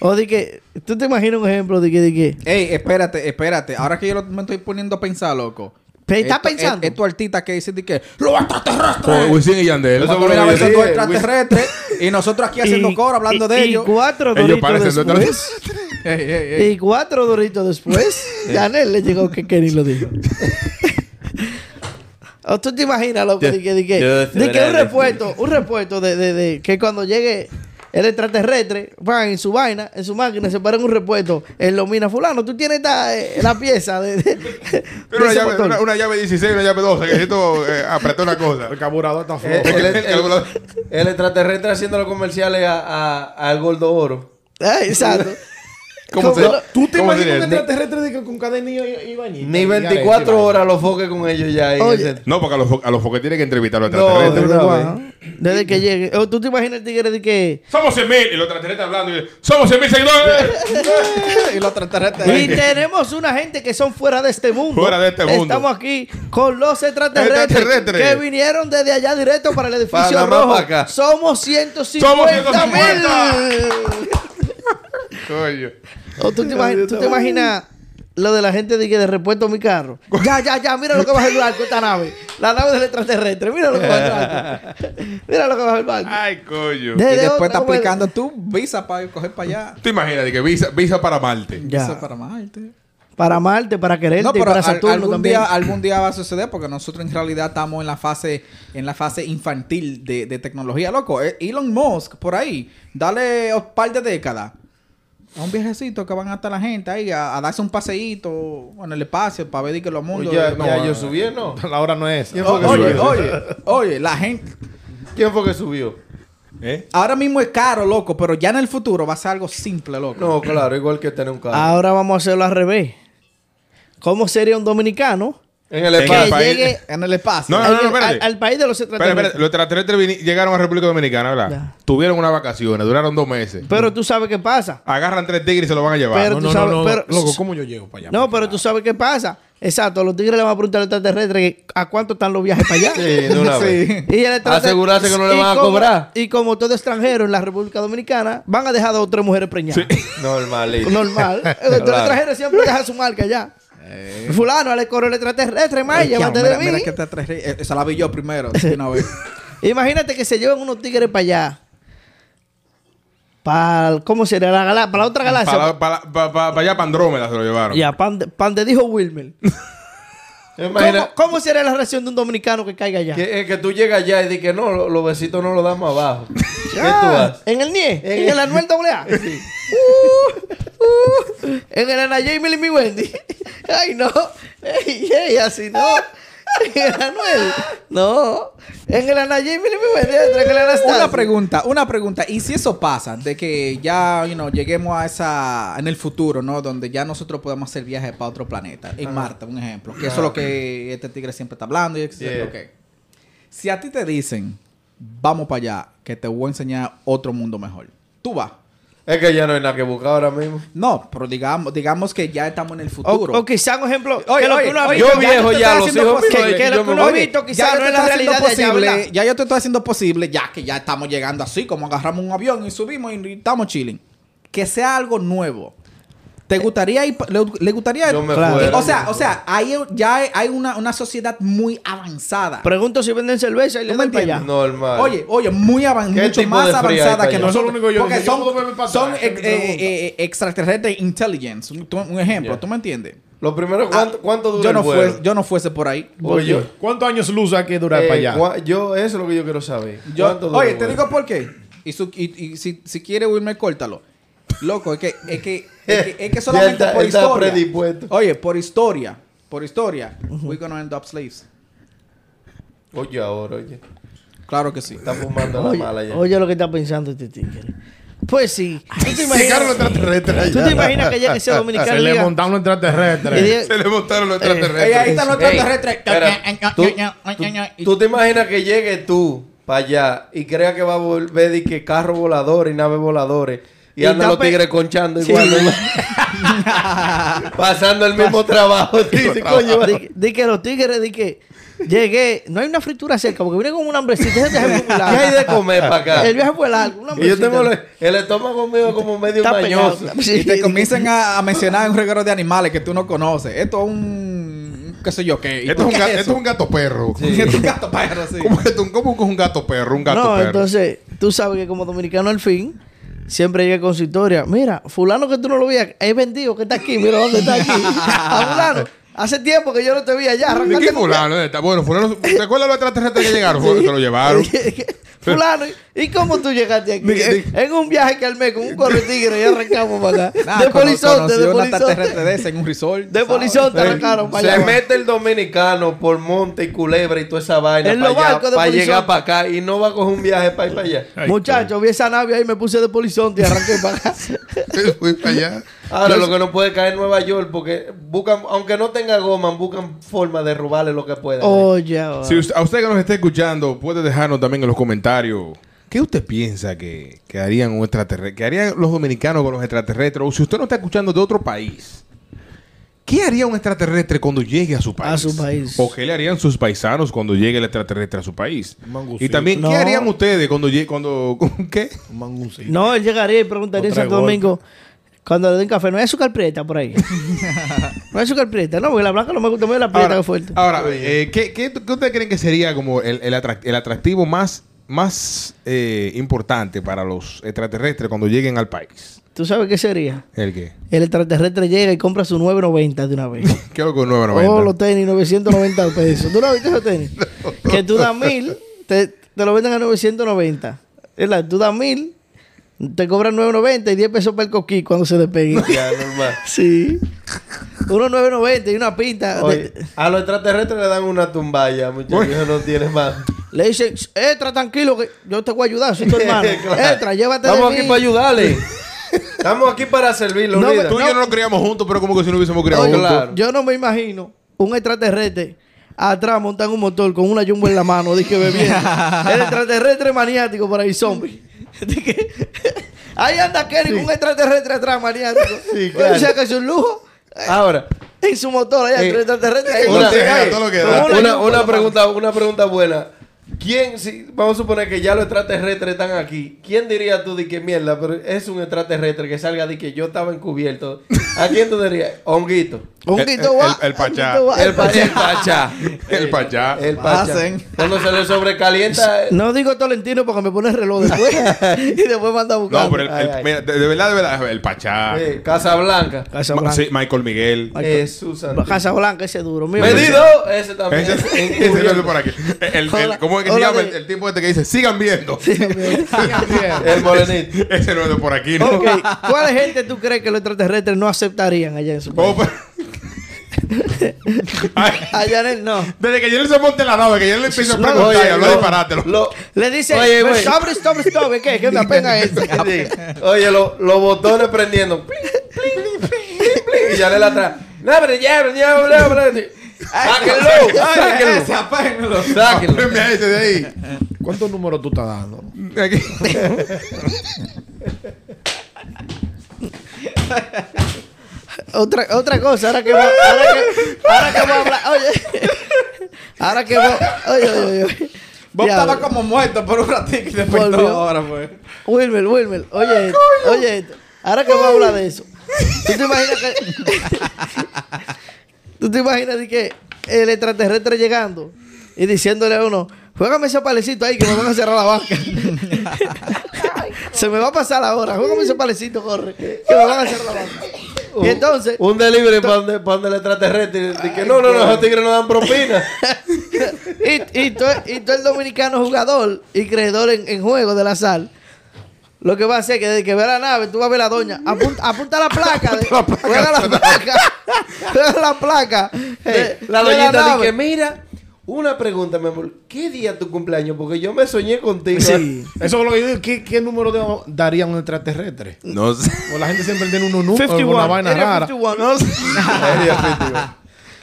[SPEAKER 3] O de que, ¿tú te imaginas un ejemplo de que, de que?
[SPEAKER 2] Ey, espérate, espérate. Ahora que yo lo- me estoy poniendo a pensar, loco.
[SPEAKER 3] Pero está
[SPEAKER 2] Esto-
[SPEAKER 3] pensando.
[SPEAKER 2] e- Estos artistas que dicen de que los extraterrestres.
[SPEAKER 1] Por Wisin y Yandel.
[SPEAKER 4] Eso
[SPEAKER 2] Cuando
[SPEAKER 4] fue lo
[SPEAKER 2] viene a
[SPEAKER 4] que
[SPEAKER 2] ver
[SPEAKER 4] yo
[SPEAKER 2] son los
[SPEAKER 4] dije, Wisin-
[SPEAKER 2] extraterrestres y nosotros aquí haciendo
[SPEAKER 3] Y-
[SPEAKER 2] coro hablando
[SPEAKER 3] y-
[SPEAKER 2] de ellos.
[SPEAKER 3] Y cuatro
[SPEAKER 1] Ellos
[SPEAKER 3] doritos
[SPEAKER 1] parecen de otra-
[SPEAKER 3] después.
[SPEAKER 2] Ey, ey,
[SPEAKER 3] <laughs>
[SPEAKER 2] ey.
[SPEAKER 3] Y cuatro doritos después, <laughs> Janel le llegó que Kenny lo <laughs> dijo. ¿O tú te imaginas, loco, de que, de que,
[SPEAKER 4] Yo- yo de
[SPEAKER 3] de que un
[SPEAKER 4] verdad-
[SPEAKER 3] repuesto, un repuesto de, de, de que cuando llegue el extraterrestre, van en su vaina, en su máquina, se paran un repuesto, en lo mina fulano, tú tienes esta, eh, la pieza de,
[SPEAKER 1] <laughs>
[SPEAKER 3] de- de
[SPEAKER 1] Pero una
[SPEAKER 3] ese
[SPEAKER 1] llave,
[SPEAKER 3] motor".
[SPEAKER 1] una, una llave 16 y una llave 12. Que necesito eh, apretar una cosa.
[SPEAKER 5] El carburador está flojo.
[SPEAKER 4] Eh, el, el-
[SPEAKER 1] Calculador.
[SPEAKER 4] el extraterrestre haciendo los comerciales a- a- al Gordo Oro.
[SPEAKER 3] Ah, exacto.
[SPEAKER 1] <laughs> ¿Cómo se
[SPEAKER 3] ¿Cómo lo-
[SPEAKER 5] ¿Tú te
[SPEAKER 1] cómo
[SPEAKER 5] imaginas
[SPEAKER 1] se
[SPEAKER 5] un
[SPEAKER 1] diría?
[SPEAKER 5] extraterrestre de que con cadenillo y, y vainita?
[SPEAKER 4] Ni
[SPEAKER 5] Y
[SPEAKER 4] 24
[SPEAKER 5] arete,
[SPEAKER 4] horas los foques con ellos ya. ahí en el
[SPEAKER 1] <laughs>
[SPEAKER 3] Oye.
[SPEAKER 4] centro.
[SPEAKER 1] No, porque a los, fo- a los foques tienen que entrevistar a los
[SPEAKER 4] No,
[SPEAKER 1] extraterrestres.
[SPEAKER 4] de
[SPEAKER 3] Desde
[SPEAKER 4] una
[SPEAKER 3] Guaja. Desde que llegue. ¿O tú te imaginas el tigre de que...
[SPEAKER 1] Somos 100 mil. Y los extraterrestres hablando. y, Somos 100 mil seguidores.
[SPEAKER 2] Y los extraterrestres.
[SPEAKER 3] Y tenemos una gente que son fuera de este mundo.
[SPEAKER 1] Fuera de este mundo.
[SPEAKER 3] Estamos aquí con los extraterrestres,
[SPEAKER 1] Extraterrestres.
[SPEAKER 3] que vinieron desde allá directo para el edificio
[SPEAKER 4] Panamá
[SPEAKER 3] rojo.
[SPEAKER 4] para acá.
[SPEAKER 3] Somos 150 mil.
[SPEAKER 1] 150. Coño.
[SPEAKER 3] ¿O Oh, tú te, imagi- tú te imaginas lo de la gente de que de repuesto a mi carro? Ya, ya, ya, mira lo que baja el barco esta nave. La nave del extraterrestre. Mira lo que baja el barco. Mira lo que baja el barco.
[SPEAKER 1] Ay, coño.
[SPEAKER 3] De- de
[SPEAKER 2] Y después
[SPEAKER 3] otra,
[SPEAKER 2] está
[SPEAKER 3] como el-
[SPEAKER 2] aplicando tu visa para coger para allá.
[SPEAKER 1] Tú imaginas de que visa, visa para Marte.
[SPEAKER 3] Ya.
[SPEAKER 2] Visa para Marte.
[SPEAKER 3] Para Marte, para quererte
[SPEAKER 2] No,
[SPEAKER 3] y
[SPEAKER 2] pero
[SPEAKER 3] para
[SPEAKER 2] al-
[SPEAKER 3] Saturno
[SPEAKER 2] algún
[SPEAKER 3] también.
[SPEAKER 2] día algún día va a suceder porque nosotros en realidad estamos en la fase en la fase infantil de, de tecnología, loco. Eh, Elon Musk por ahí, dale un par de décadas. A un viejecito que van hasta la gente ahí a, a darse un paseíto en el espacio para ver de que los mundos.
[SPEAKER 4] Pues ya,
[SPEAKER 2] No.
[SPEAKER 4] ya yo subí, ¿no?
[SPEAKER 5] La hora no es.
[SPEAKER 4] Yo-
[SPEAKER 2] O- oye,
[SPEAKER 4] Eso-
[SPEAKER 2] oye, oye, la gente.
[SPEAKER 4] ¿Quién fue que subió?
[SPEAKER 1] ¿Eh?
[SPEAKER 2] Ahora mismo es caro, loco, pero ya en el futuro va a ser algo simple, loco.
[SPEAKER 4] No, claro, igual que tener un carro.
[SPEAKER 3] Ahora vamos a hacerlo al revés. ¿Cómo sería un dominicano
[SPEAKER 4] en el
[SPEAKER 1] ¿Qué?
[SPEAKER 3] que
[SPEAKER 1] Al
[SPEAKER 4] espacio.
[SPEAKER 1] país-
[SPEAKER 3] llegue
[SPEAKER 2] En el espacio.
[SPEAKER 1] No, no, no,
[SPEAKER 3] al-
[SPEAKER 1] espérate.
[SPEAKER 3] al, al país de los
[SPEAKER 1] Espera, espera,
[SPEAKER 3] extraterrestres?
[SPEAKER 1] los extraterrestres vini- llegaron a República Dominicana, ¿verdad?
[SPEAKER 3] Ya.
[SPEAKER 1] Tuvieron unas vacaciones, duraron dos meses.
[SPEAKER 3] Pero tú sabes qué pasa.
[SPEAKER 1] Agarran tres tigres y se los van a llevar.
[SPEAKER 3] Pero
[SPEAKER 5] No,
[SPEAKER 3] tú
[SPEAKER 5] no, no,
[SPEAKER 3] sabes-
[SPEAKER 5] no.
[SPEAKER 3] pero-
[SPEAKER 5] Loco, ¿cómo yo llego para allá?
[SPEAKER 3] No, pero tú sabes qué pasa. Exacto, los tigres le van a preguntar al extraterrestre que a cuánto están los viajes para allá.
[SPEAKER 4] <laughs> Sí, de una
[SPEAKER 2] Sí.
[SPEAKER 4] vez.
[SPEAKER 3] Y el extraterrestre-
[SPEAKER 4] Asegurarse que no le
[SPEAKER 3] y
[SPEAKER 4] van a
[SPEAKER 3] como-
[SPEAKER 4] cobrar.
[SPEAKER 3] Y como todo extranjero en la República Dominicana, van a dejar dos o tres mujeres preñadas.
[SPEAKER 4] Normal.
[SPEAKER 3] <laughs> Normal. El
[SPEAKER 4] Claro. Eh.
[SPEAKER 3] extranjero siempre deja su marca ya. Fulano, al coro el extraterrestre, más,
[SPEAKER 2] Ay, ya,
[SPEAKER 3] llévate
[SPEAKER 2] mira,
[SPEAKER 3] de mí.
[SPEAKER 2] mira que te atraje- eh, Esa la vi yo primero, de una vez.
[SPEAKER 3] Imagínate que se llevan unos tigres para allá. Para, ¿cómo sería? La gala- para la otra galaxia.
[SPEAKER 1] Para, para, para, para allá, para Andrómeda se lo llevaron.
[SPEAKER 3] Ya, pan de, pan de dijo Wilmer. ¿Cómo,
[SPEAKER 4] Imagina
[SPEAKER 3] cómo sería la reacción de un dominicano que caiga allá?
[SPEAKER 4] que, eh, que tú llegas allá y dices que no, lo- los besitos no los damos abajo. ¿Qué tú
[SPEAKER 3] Ah,
[SPEAKER 4] haces?
[SPEAKER 3] ¿En el NIE?
[SPEAKER 4] En
[SPEAKER 3] ¿En el Anuel AA? Uh, uh, ¿En el Ana Jamie y mi Wendy? <laughs> Ay, no. Ey, ey, así no. ¿En el Anuel? No. ¿En el Ana Jamie y mi Wendy? ¿En el Anastasia?
[SPEAKER 2] Una pregunta, una pregunta. ¿Y si eso pasa? De que ya, you know, lleguemos a esa... En el futuro, ¿no? Donde ya nosotros podemos hacer viajes para otro planeta. En Marte, un ejemplo. Que eso es lo que este tigre siempre está hablando y etcétera.
[SPEAKER 4] Yeah.
[SPEAKER 2] Ok. Si a ti te dicen, vamos para allá, que te voy a enseñar otro mundo mejor. ¿Tú vas?
[SPEAKER 4] Es que ya no hay nada que buscar ahora mismo.
[SPEAKER 2] No, pero digamos, digamos que ya estamos en el
[SPEAKER 3] O,
[SPEAKER 2] futuro.
[SPEAKER 3] o quizá un ejemplo.
[SPEAKER 2] Oye,
[SPEAKER 3] que lo que
[SPEAKER 2] oye,
[SPEAKER 3] uno ha
[SPEAKER 2] oye,
[SPEAKER 3] visto-
[SPEAKER 4] yo viejo ya,
[SPEAKER 2] tú estás
[SPEAKER 4] los
[SPEAKER 2] haciendo
[SPEAKER 4] hijos
[SPEAKER 2] posible.
[SPEAKER 4] míos,
[SPEAKER 3] que- que
[SPEAKER 4] yo
[SPEAKER 3] lo que
[SPEAKER 4] me
[SPEAKER 3] uno ha
[SPEAKER 4] voy.
[SPEAKER 3] visto
[SPEAKER 2] ya
[SPEAKER 3] quizá no
[SPEAKER 2] yo te
[SPEAKER 3] es la
[SPEAKER 2] estoy haciendo
[SPEAKER 3] realidad de allá,
[SPEAKER 2] posible,
[SPEAKER 3] ¿verdad?
[SPEAKER 2] Ya yo te estoy haciendo posible, ya que ya estamos llegando así, como agarramos un avión y subimos y estamos chilling. Que sea algo nuevo.
[SPEAKER 3] Eh,
[SPEAKER 2] ¿Te gustaría ir? pa- ¿Le, le gustaría ir?
[SPEAKER 4] Yo me
[SPEAKER 3] Claro.
[SPEAKER 4] fuera,
[SPEAKER 2] o sea,
[SPEAKER 4] me
[SPEAKER 2] o sea, hay, ya hay- hay una, una sociedad muy avanzada.
[SPEAKER 3] Pregunto si venden cerveza y le
[SPEAKER 2] ¿Tú me
[SPEAKER 3] dan para allá.
[SPEAKER 2] entiendes?
[SPEAKER 4] Normal.
[SPEAKER 2] Oye, oye, muy avan-
[SPEAKER 4] ¿Qué
[SPEAKER 2] mucho
[SPEAKER 4] tipo
[SPEAKER 2] más
[SPEAKER 4] de fría hay
[SPEAKER 2] avanzada
[SPEAKER 4] para
[SPEAKER 2] que
[SPEAKER 4] allá?
[SPEAKER 5] Eso es lo
[SPEAKER 2] nosotros.
[SPEAKER 5] único que yo
[SPEAKER 2] porque
[SPEAKER 5] dije. Yo
[SPEAKER 2] son,
[SPEAKER 5] puedo beber para
[SPEAKER 2] son
[SPEAKER 5] atrás,
[SPEAKER 2] ex-
[SPEAKER 4] este
[SPEAKER 5] ¿qué me
[SPEAKER 2] eh, eh, extraterrestre intelligence. Un, un ejemplo,
[SPEAKER 4] Ya.
[SPEAKER 2] ¿tú me entiendes?
[SPEAKER 4] Lo primero, ¿cuánto, cuánto dura
[SPEAKER 2] yo
[SPEAKER 4] el
[SPEAKER 2] no
[SPEAKER 4] vuelo?
[SPEAKER 2] fuese, yo no fuese por ahí.
[SPEAKER 4] Porque yo,
[SPEAKER 5] ¿Cuántos años luz hay que durar
[SPEAKER 4] eh,
[SPEAKER 5] para allá?
[SPEAKER 4] cua- yo, eso es lo que yo quiero saber.
[SPEAKER 2] Yo-
[SPEAKER 4] ¿Cuánto dura
[SPEAKER 2] oye,
[SPEAKER 4] el
[SPEAKER 2] te
[SPEAKER 4] vuelo?
[SPEAKER 2] digo por qué. Y, su- y- y si, si quiere Wilmer, córtalo. Loco, es que, es que, es que, es que solamente
[SPEAKER 4] Ya está-
[SPEAKER 2] por
[SPEAKER 4] está
[SPEAKER 2] historia.
[SPEAKER 4] predispuesto.
[SPEAKER 2] Oye, por historia. Por historia. We're gonna end up slaves.
[SPEAKER 4] Oye, ahora, oye.
[SPEAKER 2] Claro que sí.
[SPEAKER 4] Está fumando la
[SPEAKER 3] Oye,
[SPEAKER 4] mala ya.
[SPEAKER 3] oye lo que está pensando este tigre. Pues sí. ¿Tú te
[SPEAKER 5] Llegaron los
[SPEAKER 3] imaginas,
[SPEAKER 5] extraterrestres allá.
[SPEAKER 3] ¿tú te imaginas que llegue ese dominicano
[SPEAKER 5] Se
[SPEAKER 3] y
[SPEAKER 5] le
[SPEAKER 3] diga-
[SPEAKER 5] montaron los
[SPEAKER 3] y
[SPEAKER 5] extraterrestres.
[SPEAKER 3] diga-
[SPEAKER 1] Se le montaron
[SPEAKER 3] Eh,
[SPEAKER 1] los
[SPEAKER 2] Ey, ahí
[SPEAKER 1] extraterrestres.
[SPEAKER 2] están los
[SPEAKER 4] Ey,
[SPEAKER 2] extraterrestres.
[SPEAKER 4] espera, ¿tú, tú te imaginas que llegues tú para allá y creas que va a volver y que carro volador y nave voladores y,
[SPEAKER 3] Y
[SPEAKER 4] andan los
[SPEAKER 3] tape-
[SPEAKER 4] tigres conchando
[SPEAKER 3] Sí.
[SPEAKER 4] <laughs> igual. pasando el mismo trabajo. dice, coño, va-
[SPEAKER 3] Di, di que los tigres, di que llegué, no hay una fritura cerca, porque viene con un hambrecito. Ese viaje fue muy
[SPEAKER 4] <laughs> ¿Qué hay de
[SPEAKER 3] largo.
[SPEAKER 4] comer para acá?
[SPEAKER 3] El viaje fue largo, un
[SPEAKER 4] Y yo
[SPEAKER 3] hambrecito.
[SPEAKER 4] tengo el, el estómago mío como medio
[SPEAKER 3] Está pegado.
[SPEAKER 4] mañoso.
[SPEAKER 3] Sí.
[SPEAKER 2] Y te comienzan a, a mencionar un regalo de animales que tú no conoces. Esto es un... qué sé yo
[SPEAKER 3] eh,
[SPEAKER 2] qué. ¿Y
[SPEAKER 1] Esto,
[SPEAKER 2] tú
[SPEAKER 1] es un
[SPEAKER 2] qué
[SPEAKER 1] ga- esto es un gato perro.
[SPEAKER 2] eso? <laughs> Es un gato pájaro, sí.
[SPEAKER 1] ¿Cómo que tú- cómo que es un gato perro? Un gato
[SPEAKER 3] no,
[SPEAKER 1] perro.
[SPEAKER 3] entonces, tú sabes que como dominicano al fin, siempre llega con su historia. Mira, fulano que tú no lo veías, es vendido, que está aquí, mira dónde está aquí. A fulano, hace tiempo que yo no te vi <laughs> allá.
[SPEAKER 1] ¿De
[SPEAKER 3] arrancate
[SPEAKER 1] qué
[SPEAKER 3] con-
[SPEAKER 1] fulano? ¿Dónde está? Bueno, fulano. ¿Te acuerdas los extraterrestres que llegaron? Se lo
[SPEAKER 3] <laughs>
[SPEAKER 1] llevaron. <laughs>
[SPEAKER 3] Fulano, ¿y cómo tú llegaste aquí?
[SPEAKER 1] Ni- ni-
[SPEAKER 3] en un viaje que armé con un corre tigre y arrancamos para acá.
[SPEAKER 2] Nah,
[SPEAKER 3] de
[SPEAKER 2] cono-
[SPEAKER 3] polizonte,
[SPEAKER 2] conocí
[SPEAKER 3] de
[SPEAKER 2] una
[SPEAKER 3] polizonte.
[SPEAKER 2] extraterrestre de esa en un resort.
[SPEAKER 3] De
[SPEAKER 2] ¿sabes?
[SPEAKER 3] polizonte
[SPEAKER 4] Se-
[SPEAKER 3] arrancaron para
[SPEAKER 4] se
[SPEAKER 3] allá.
[SPEAKER 4] mete el dominicano por monte y culebra y toda esa vaina
[SPEAKER 3] En los
[SPEAKER 4] para
[SPEAKER 3] barcos de polizonte.
[SPEAKER 4] llegar para acá y no va a coger un viaje para ir para allá.
[SPEAKER 1] Ay,
[SPEAKER 3] Muchachos, vi esa nave ahí, me puse de polizonte y arranqué para acá.
[SPEAKER 1] Fui para allá.
[SPEAKER 4] Ahora lo que no puede caer en Nueva York porque buscan, aunque no tenga goma, buscan forma de robarle lo que puedan.
[SPEAKER 3] Oye, ahora.
[SPEAKER 1] Si usted- a usted que nos esté escuchando, puede dejarnos también en los comentarios. ¿Qué usted piensa que, que harían un extraterrestre? que harían los dominicanos con los extraterrestres? O si usted no está escuchando de otro país, ¿qué haría un extraterrestre cuando llegue a su país?
[SPEAKER 3] A su país.
[SPEAKER 1] ¿O qué le harían sus paisanos cuando llegue el extraterrestre a su país?
[SPEAKER 5] Un mangucito.
[SPEAKER 1] Y también,
[SPEAKER 3] No.
[SPEAKER 1] ¿qué harían ustedes cuando llegue, cuando, <laughs> qué?
[SPEAKER 5] Un manguncito.
[SPEAKER 3] No, él llegaría y preguntaría en
[SPEAKER 5] Otra
[SPEAKER 3] Santo
[SPEAKER 5] gota.
[SPEAKER 3] Domingo cuando le den café. No hay azúcar prieta por ahí. no hay azúcar prieta. No, porque la blanca no me gusta, me gusta la prieta que fuerte.
[SPEAKER 1] ahora, eh, ¿qué, qué, qué ustedes creen que sería como el, el atrac- el atractivo más, más eh, importante para los extraterrestres cuando lleguen al país?
[SPEAKER 3] ¿Tú sabes qué sería?
[SPEAKER 1] ¿El qué?
[SPEAKER 3] El extraterrestre llega y compra su 9.90 de una vez.
[SPEAKER 1] ¿Qué es lo que es 990?
[SPEAKER 3] oh, los tenis, 990 pesos. ¿Tú no has visto esos
[SPEAKER 4] <laughs>
[SPEAKER 3] tenis? Que tú das mil, te, te lo venden a 990. Es la- tú das mil, te cobran 9.90 y 10 pesos para el coquí cuando se
[SPEAKER 4] <laughs>
[SPEAKER 3] despegue.
[SPEAKER 4] Ya,
[SPEAKER 3] <laughs>
[SPEAKER 4] normal.
[SPEAKER 3] sí. Uno 9.90 y una pinta. de-
[SPEAKER 4] Oye, a los extraterrestres le dan una tumbaya, muchachos. eso No tiene más.
[SPEAKER 3] Le dicen, entra tranquilo, que yo te voy a ayudar,
[SPEAKER 4] <laughs>
[SPEAKER 3] soy <laughs> tu hermano.
[SPEAKER 4] Claro.
[SPEAKER 3] Entra, llévate
[SPEAKER 4] Estamos
[SPEAKER 3] de
[SPEAKER 4] aquí
[SPEAKER 3] mí.
[SPEAKER 4] para
[SPEAKER 3] <laughs>
[SPEAKER 4] ayudarle. Estamos aquí para servirlo,
[SPEAKER 3] No,
[SPEAKER 4] líder.
[SPEAKER 1] Tú y yo no nos criamos juntos, pero como que si no hubiésemos criado
[SPEAKER 3] Oye,
[SPEAKER 1] juntos.
[SPEAKER 4] claro.
[SPEAKER 3] Yo no me imagino un extraterrestre atrás montan un motor con una jumbo en la mano,
[SPEAKER 1] <laughs>
[SPEAKER 3] dije bebiendo. El extraterrestre maniático por ahí, zombie. Dije, <laughs> ahí anda Kenny con un extraterrestre
[SPEAKER 1] <laughs>
[SPEAKER 3] atrás maniático.
[SPEAKER 4] Sí,
[SPEAKER 3] Pero
[SPEAKER 4] claro.
[SPEAKER 3] O sea que es un lujo.
[SPEAKER 4] Ahora,
[SPEAKER 3] En su motor, allá
[SPEAKER 4] Eh,
[SPEAKER 3] hay un extraterrestre. ahí.
[SPEAKER 1] eh, Una-
[SPEAKER 4] Una,
[SPEAKER 1] Todo lo que da.
[SPEAKER 4] una-
[SPEAKER 3] Jumbo en
[SPEAKER 4] una
[SPEAKER 3] la mano.
[SPEAKER 4] pregunta, una pregunta buena. ¿Quién, si, vamos a suponer que ya los extraterrestres están aquí, ¿quién diría tú de que mierda, pero es un extraterrestre que salga de que yo estaba encubierto? ¿A quién tú dirías? Honguito.
[SPEAKER 3] Honguito
[SPEAKER 1] El-
[SPEAKER 3] va.
[SPEAKER 1] el- el pachá.
[SPEAKER 3] honguito va,
[SPEAKER 4] El,
[SPEAKER 3] el
[SPEAKER 4] pa-
[SPEAKER 3] pachá.
[SPEAKER 4] el pachá.
[SPEAKER 1] El pachá.
[SPEAKER 4] El pachá.
[SPEAKER 2] Pasen.
[SPEAKER 4] Cuando se le sobrecalienta. eh,
[SPEAKER 3] <laughs> No digo Tolentino porque me pone el
[SPEAKER 1] <laughs>
[SPEAKER 3] reloj después. <laughs> y después manda a buscar.
[SPEAKER 1] No, pero el,
[SPEAKER 4] Ay,
[SPEAKER 1] el-
[SPEAKER 4] ay.
[SPEAKER 1] mira, de, de verdad, de verdad, el Pachá.
[SPEAKER 4] eh, Casablanca.
[SPEAKER 3] Casa
[SPEAKER 1] Ma-
[SPEAKER 3] Blanca.
[SPEAKER 1] sí, Michael Miguel.
[SPEAKER 3] Ay,
[SPEAKER 4] Eh, Susan.
[SPEAKER 3] Casa Blanca, ese duro. Mío, <laughs>
[SPEAKER 4] Medido. Ese también.
[SPEAKER 1] Ese,
[SPEAKER 4] es
[SPEAKER 1] <laughs> ese no es
[SPEAKER 4] encubierto.
[SPEAKER 1] por aquí. El, el-
[SPEAKER 3] Hola-
[SPEAKER 1] ¿Cómo es que se
[SPEAKER 3] hola
[SPEAKER 1] llama?
[SPEAKER 3] de-
[SPEAKER 1] El, el tipo este que dice, sigan viendo.
[SPEAKER 4] El morenito.
[SPEAKER 1] <laughs> Ese no es de por aquí, ¿no?
[SPEAKER 3] Ok, ¿cuál gente tú crees que los extraterrestres no aceptarían allá en su país?
[SPEAKER 1] Oh,
[SPEAKER 3] <laughs>
[SPEAKER 1] pero- Ay,
[SPEAKER 3] Allá en el no.
[SPEAKER 1] desde que Jenny se monte en la nave, que Jenny le empieza a
[SPEAKER 3] No,
[SPEAKER 1] preguntar y
[SPEAKER 4] Oye,
[SPEAKER 1] hablar disparate. <laughs>
[SPEAKER 4] lo,
[SPEAKER 1] ¿no?
[SPEAKER 4] lo-
[SPEAKER 3] Le dice,
[SPEAKER 4] Oye, güey.
[SPEAKER 3] stop, stop, stop. ¿Qué? ¿Qué me
[SPEAKER 4] <laughs>
[SPEAKER 3] apena eso?
[SPEAKER 4] sí. Oye, lo- los botones prendiendo. Pling, pling, pling, pling, pling. Y ya le la atrás. No, pero ya, pero ya, bla, bla, bla. Sáquenlo, sáquenlo.
[SPEAKER 2] Apáguenlo.
[SPEAKER 4] Sáquenlo.
[SPEAKER 1] Apréndeme a ese de ahí.
[SPEAKER 5] ¿Cuántos números tú estás dando?
[SPEAKER 1] Aquí.
[SPEAKER 3] Otra, otra cosa, ahora que va, ahora que, ahora que voy a hablar, oye, <laughs> ahora que voy, oye, oye, oye.
[SPEAKER 2] Vos
[SPEAKER 3] Diablo.
[SPEAKER 2] estabas como muerto por un ratito y después no,
[SPEAKER 3] Volvió.
[SPEAKER 2] ahora pues.
[SPEAKER 3] Wilmer, Wilmer, oye, esto, oye, esto. ahora que voy a hablar de eso. ¿Tú te imaginas que, tú te imaginas de que el extraterrestre llegando y diciéndole a uno, juégame ese palecito ahí que me van a cerrar la banca. Se me va a pasar ahora, juégame ese palecito, corre, que me van a cerrar la banca. Y entonces,
[SPEAKER 4] Un delivery para donde, pa' donde el extraterrestre. y de que no, no, no, esos tigres no
[SPEAKER 3] <laughs>
[SPEAKER 4] dan propina.
[SPEAKER 3] y, y, todo, y todo el dominicano jugador y creedor en, en juego de la sal. Lo que va a hacer es que desde que vea la nave, tú vas a ver a la doña. Apunta, apunta la placa. de- Juega la placa. <laughs> Juega la placa. eh, de- de
[SPEAKER 4] la doñita
[SPEAKER 3] nave.
[SPEAKER 4] dice, mira, una pregunta, mi amor. ¿Qué día es tu cumpleaños? Porque yo me soñé contigo. ¿eh?
[SPEAKER 3] Sí.
[SPEAKER 5] Eso es lo que yo digo. ¿Qué, qué número de- daría un extraterrestre?
[SPEAKER 1] No sé.
[SPEAKER 5] O la gente siempre tiene unos números, una
[SPEAKER 3] 51.
[SPEAKER 5] vaina
[SPEAKER 3] Era
[SPEAKER 5] rara.
[SPEAKER 3] 51. No <laughs> sé.
[SPEAKER 4] Sería efectivo.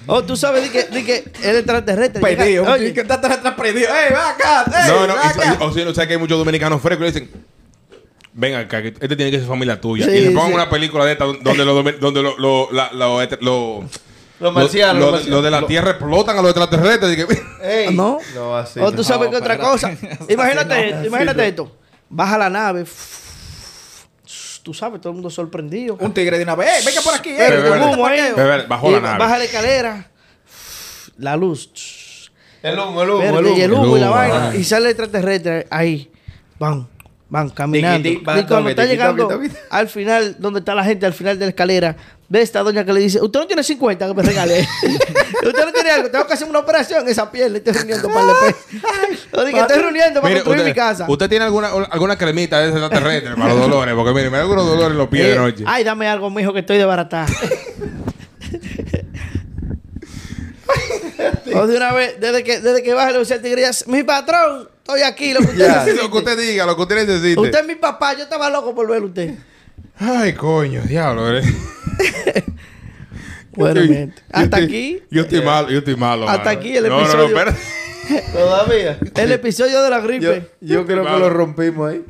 [SPEAKER 3] Oh, tú sabes de que, de que el extraterrestre. llega-
[SPEAKER 2] Pedido.
[SPEAKER 3] oye,
[SPEAKER 2] ¿Qué estás atrás perdido? ¡Ey, va acá! ey,
[SPEAKER 1] No, no,
[SPEAKER 2] va acá!
[SPEAKER 1] y- o si no sabes que hay muchos dominicanos frescos y le dicen, ven acá, que este tiene que ser familia tuya.
[SPEAKER 3] Sí,
[SPEAKER 1] y le pongan
[SPEAKER 3] sí.
[SPEAKER 1] una película de esta donde los domi- donde lo, lo- la- lo- este- lo-
[SPEAKER 4] Los
[SPEAKER 1] lo-
[SPEAKER 4] marcianos.
[SPEAKER 1] lo-
[SPEAKER 4] los marcianos.
[SPEAKER 1] lo de la tierra explotan a los extraterrestres. y que- <laughs>
[SPEAKER 4] Ey.
[SPEAKER 3] ¿No?
[SPEAKER 4] No, así.
[SPEAKER 3] o tú sabes
[SPEAKER 2] No,
[SPEAKER 3] que otra
[SPEAKER 2] espérate.
[SPEAKER 3] cosa.
[SPEAKER 2] Así
[SPEAKER 3] Imagínate
[SPEAKER 2] no.
[SPEAKER 3] esto. Imagínate esto. Baja la nave. Tú sabes, todo el mundo sorprendido.
[SPEAKER 2] Un tigre de una vez. ¡Ey, venga por aquí! ¡Ey,
[SPEAKER 3] Pero
[SPEAKER 1] Bebe,
[SPEAKER 2] vete
[SPEAKER 1] bebe.
[SPEAKER 2] por aquí.
[SPEAKER 1] Bebe, bebe, bajó la
[SPEAKER 3] Y
[SPEAKER 1] nave.
[SPEAKER 3] Baja la escalera. La luz.
[SPEAKER 4] El humo, el humo, el
[SPEAKER 3] Verde,
[SPEAKER 4] humo.
[SPEAKER 3] y el humo y la
[SPEAKER 1] humo,
[SPEAKER 3] vaina.
[SPEAKER 1] ajá.
[SPEAKER 3] Y sale el extraterrestre ahí. Van, van caminando.
[SPEAKER 4] Tiqui, tiqui, va,
[SPEAKER 3] y cuando
[SPEAKER 4] toque,
[SPEAKER 3] está
[SPEAKER 4] tiqui,
[SPEAKER 3] llegando
[SPEAKER 4] toque, toque.
[SPEAKER 3] al final, donde está la gente, al final de la escalera, ve esta doña que le dice: Usted no tiene 50 que me
[SPEAKER 4] <laughs>
[SPEAKER 3] regale. <laughs> Usted no tiene algo. Tengo que hacer una operación. Esa piel le estoy reuniendo para el <laughs> Le dije: Estoy reuniendo para
[SPEAKER 1] Mire,
[SPEAKER 3] construir
[SPEAKER 1] usted,
[SPEAKER 3] mi casa.
[SPEAKER 1] usted tiene alguna, alguna cremita de ese extraterrestre para
[SPEAKER 3] <laughs>
[SPEAKER 1] los dolores? Porque mire, me da algunos dolores en los pies
[SPEAKER 3] Eh,
[SPEAKER 1] de noche.
[SPEAKER 3] Ay, dame algo, mijo, que estoy de barata. o de una vez, desde que, desde que baje la velocidad tigre, ya, mi patrón, estoy aquí, lo que usted
[SPEAKER 4] Ya.
[SPEAKER 3] necesite".
[SPEAKER 1] lo que usted diga, lo que usted necesite.
[SPEAKER 3] Usted es mi papá, yo estaba loco por verlo a usted.
[SPEAKER 1] Ay, coño, diablo. eh.
[SPEAKER 3] Bueno,
[SPEAKER 1] Yo- yo
[SPEAKER 3] gente, hasta
[SPEAKER 1] estoy-
[SPEAKER 3] aquí
[SPEAKER 1] Yo estoy malo, yo estoy malo.
[SPEAKER 3] Hasta
[SPEAKER 1] mano.
[SPEAKER 3] aquí el
[SPEAKER 1] No, no,
[SPEAKER 3] episodio.
[SPEAKER 1] no, espérate.
[SPEAKER 4] Todavía.
[SPEAKER 3] el episodio de la
[SPEAKER 4] Yo,
[SPEAKER 3] gripe.
[SPEAKER 4] yo creo que lo rompimos ahí.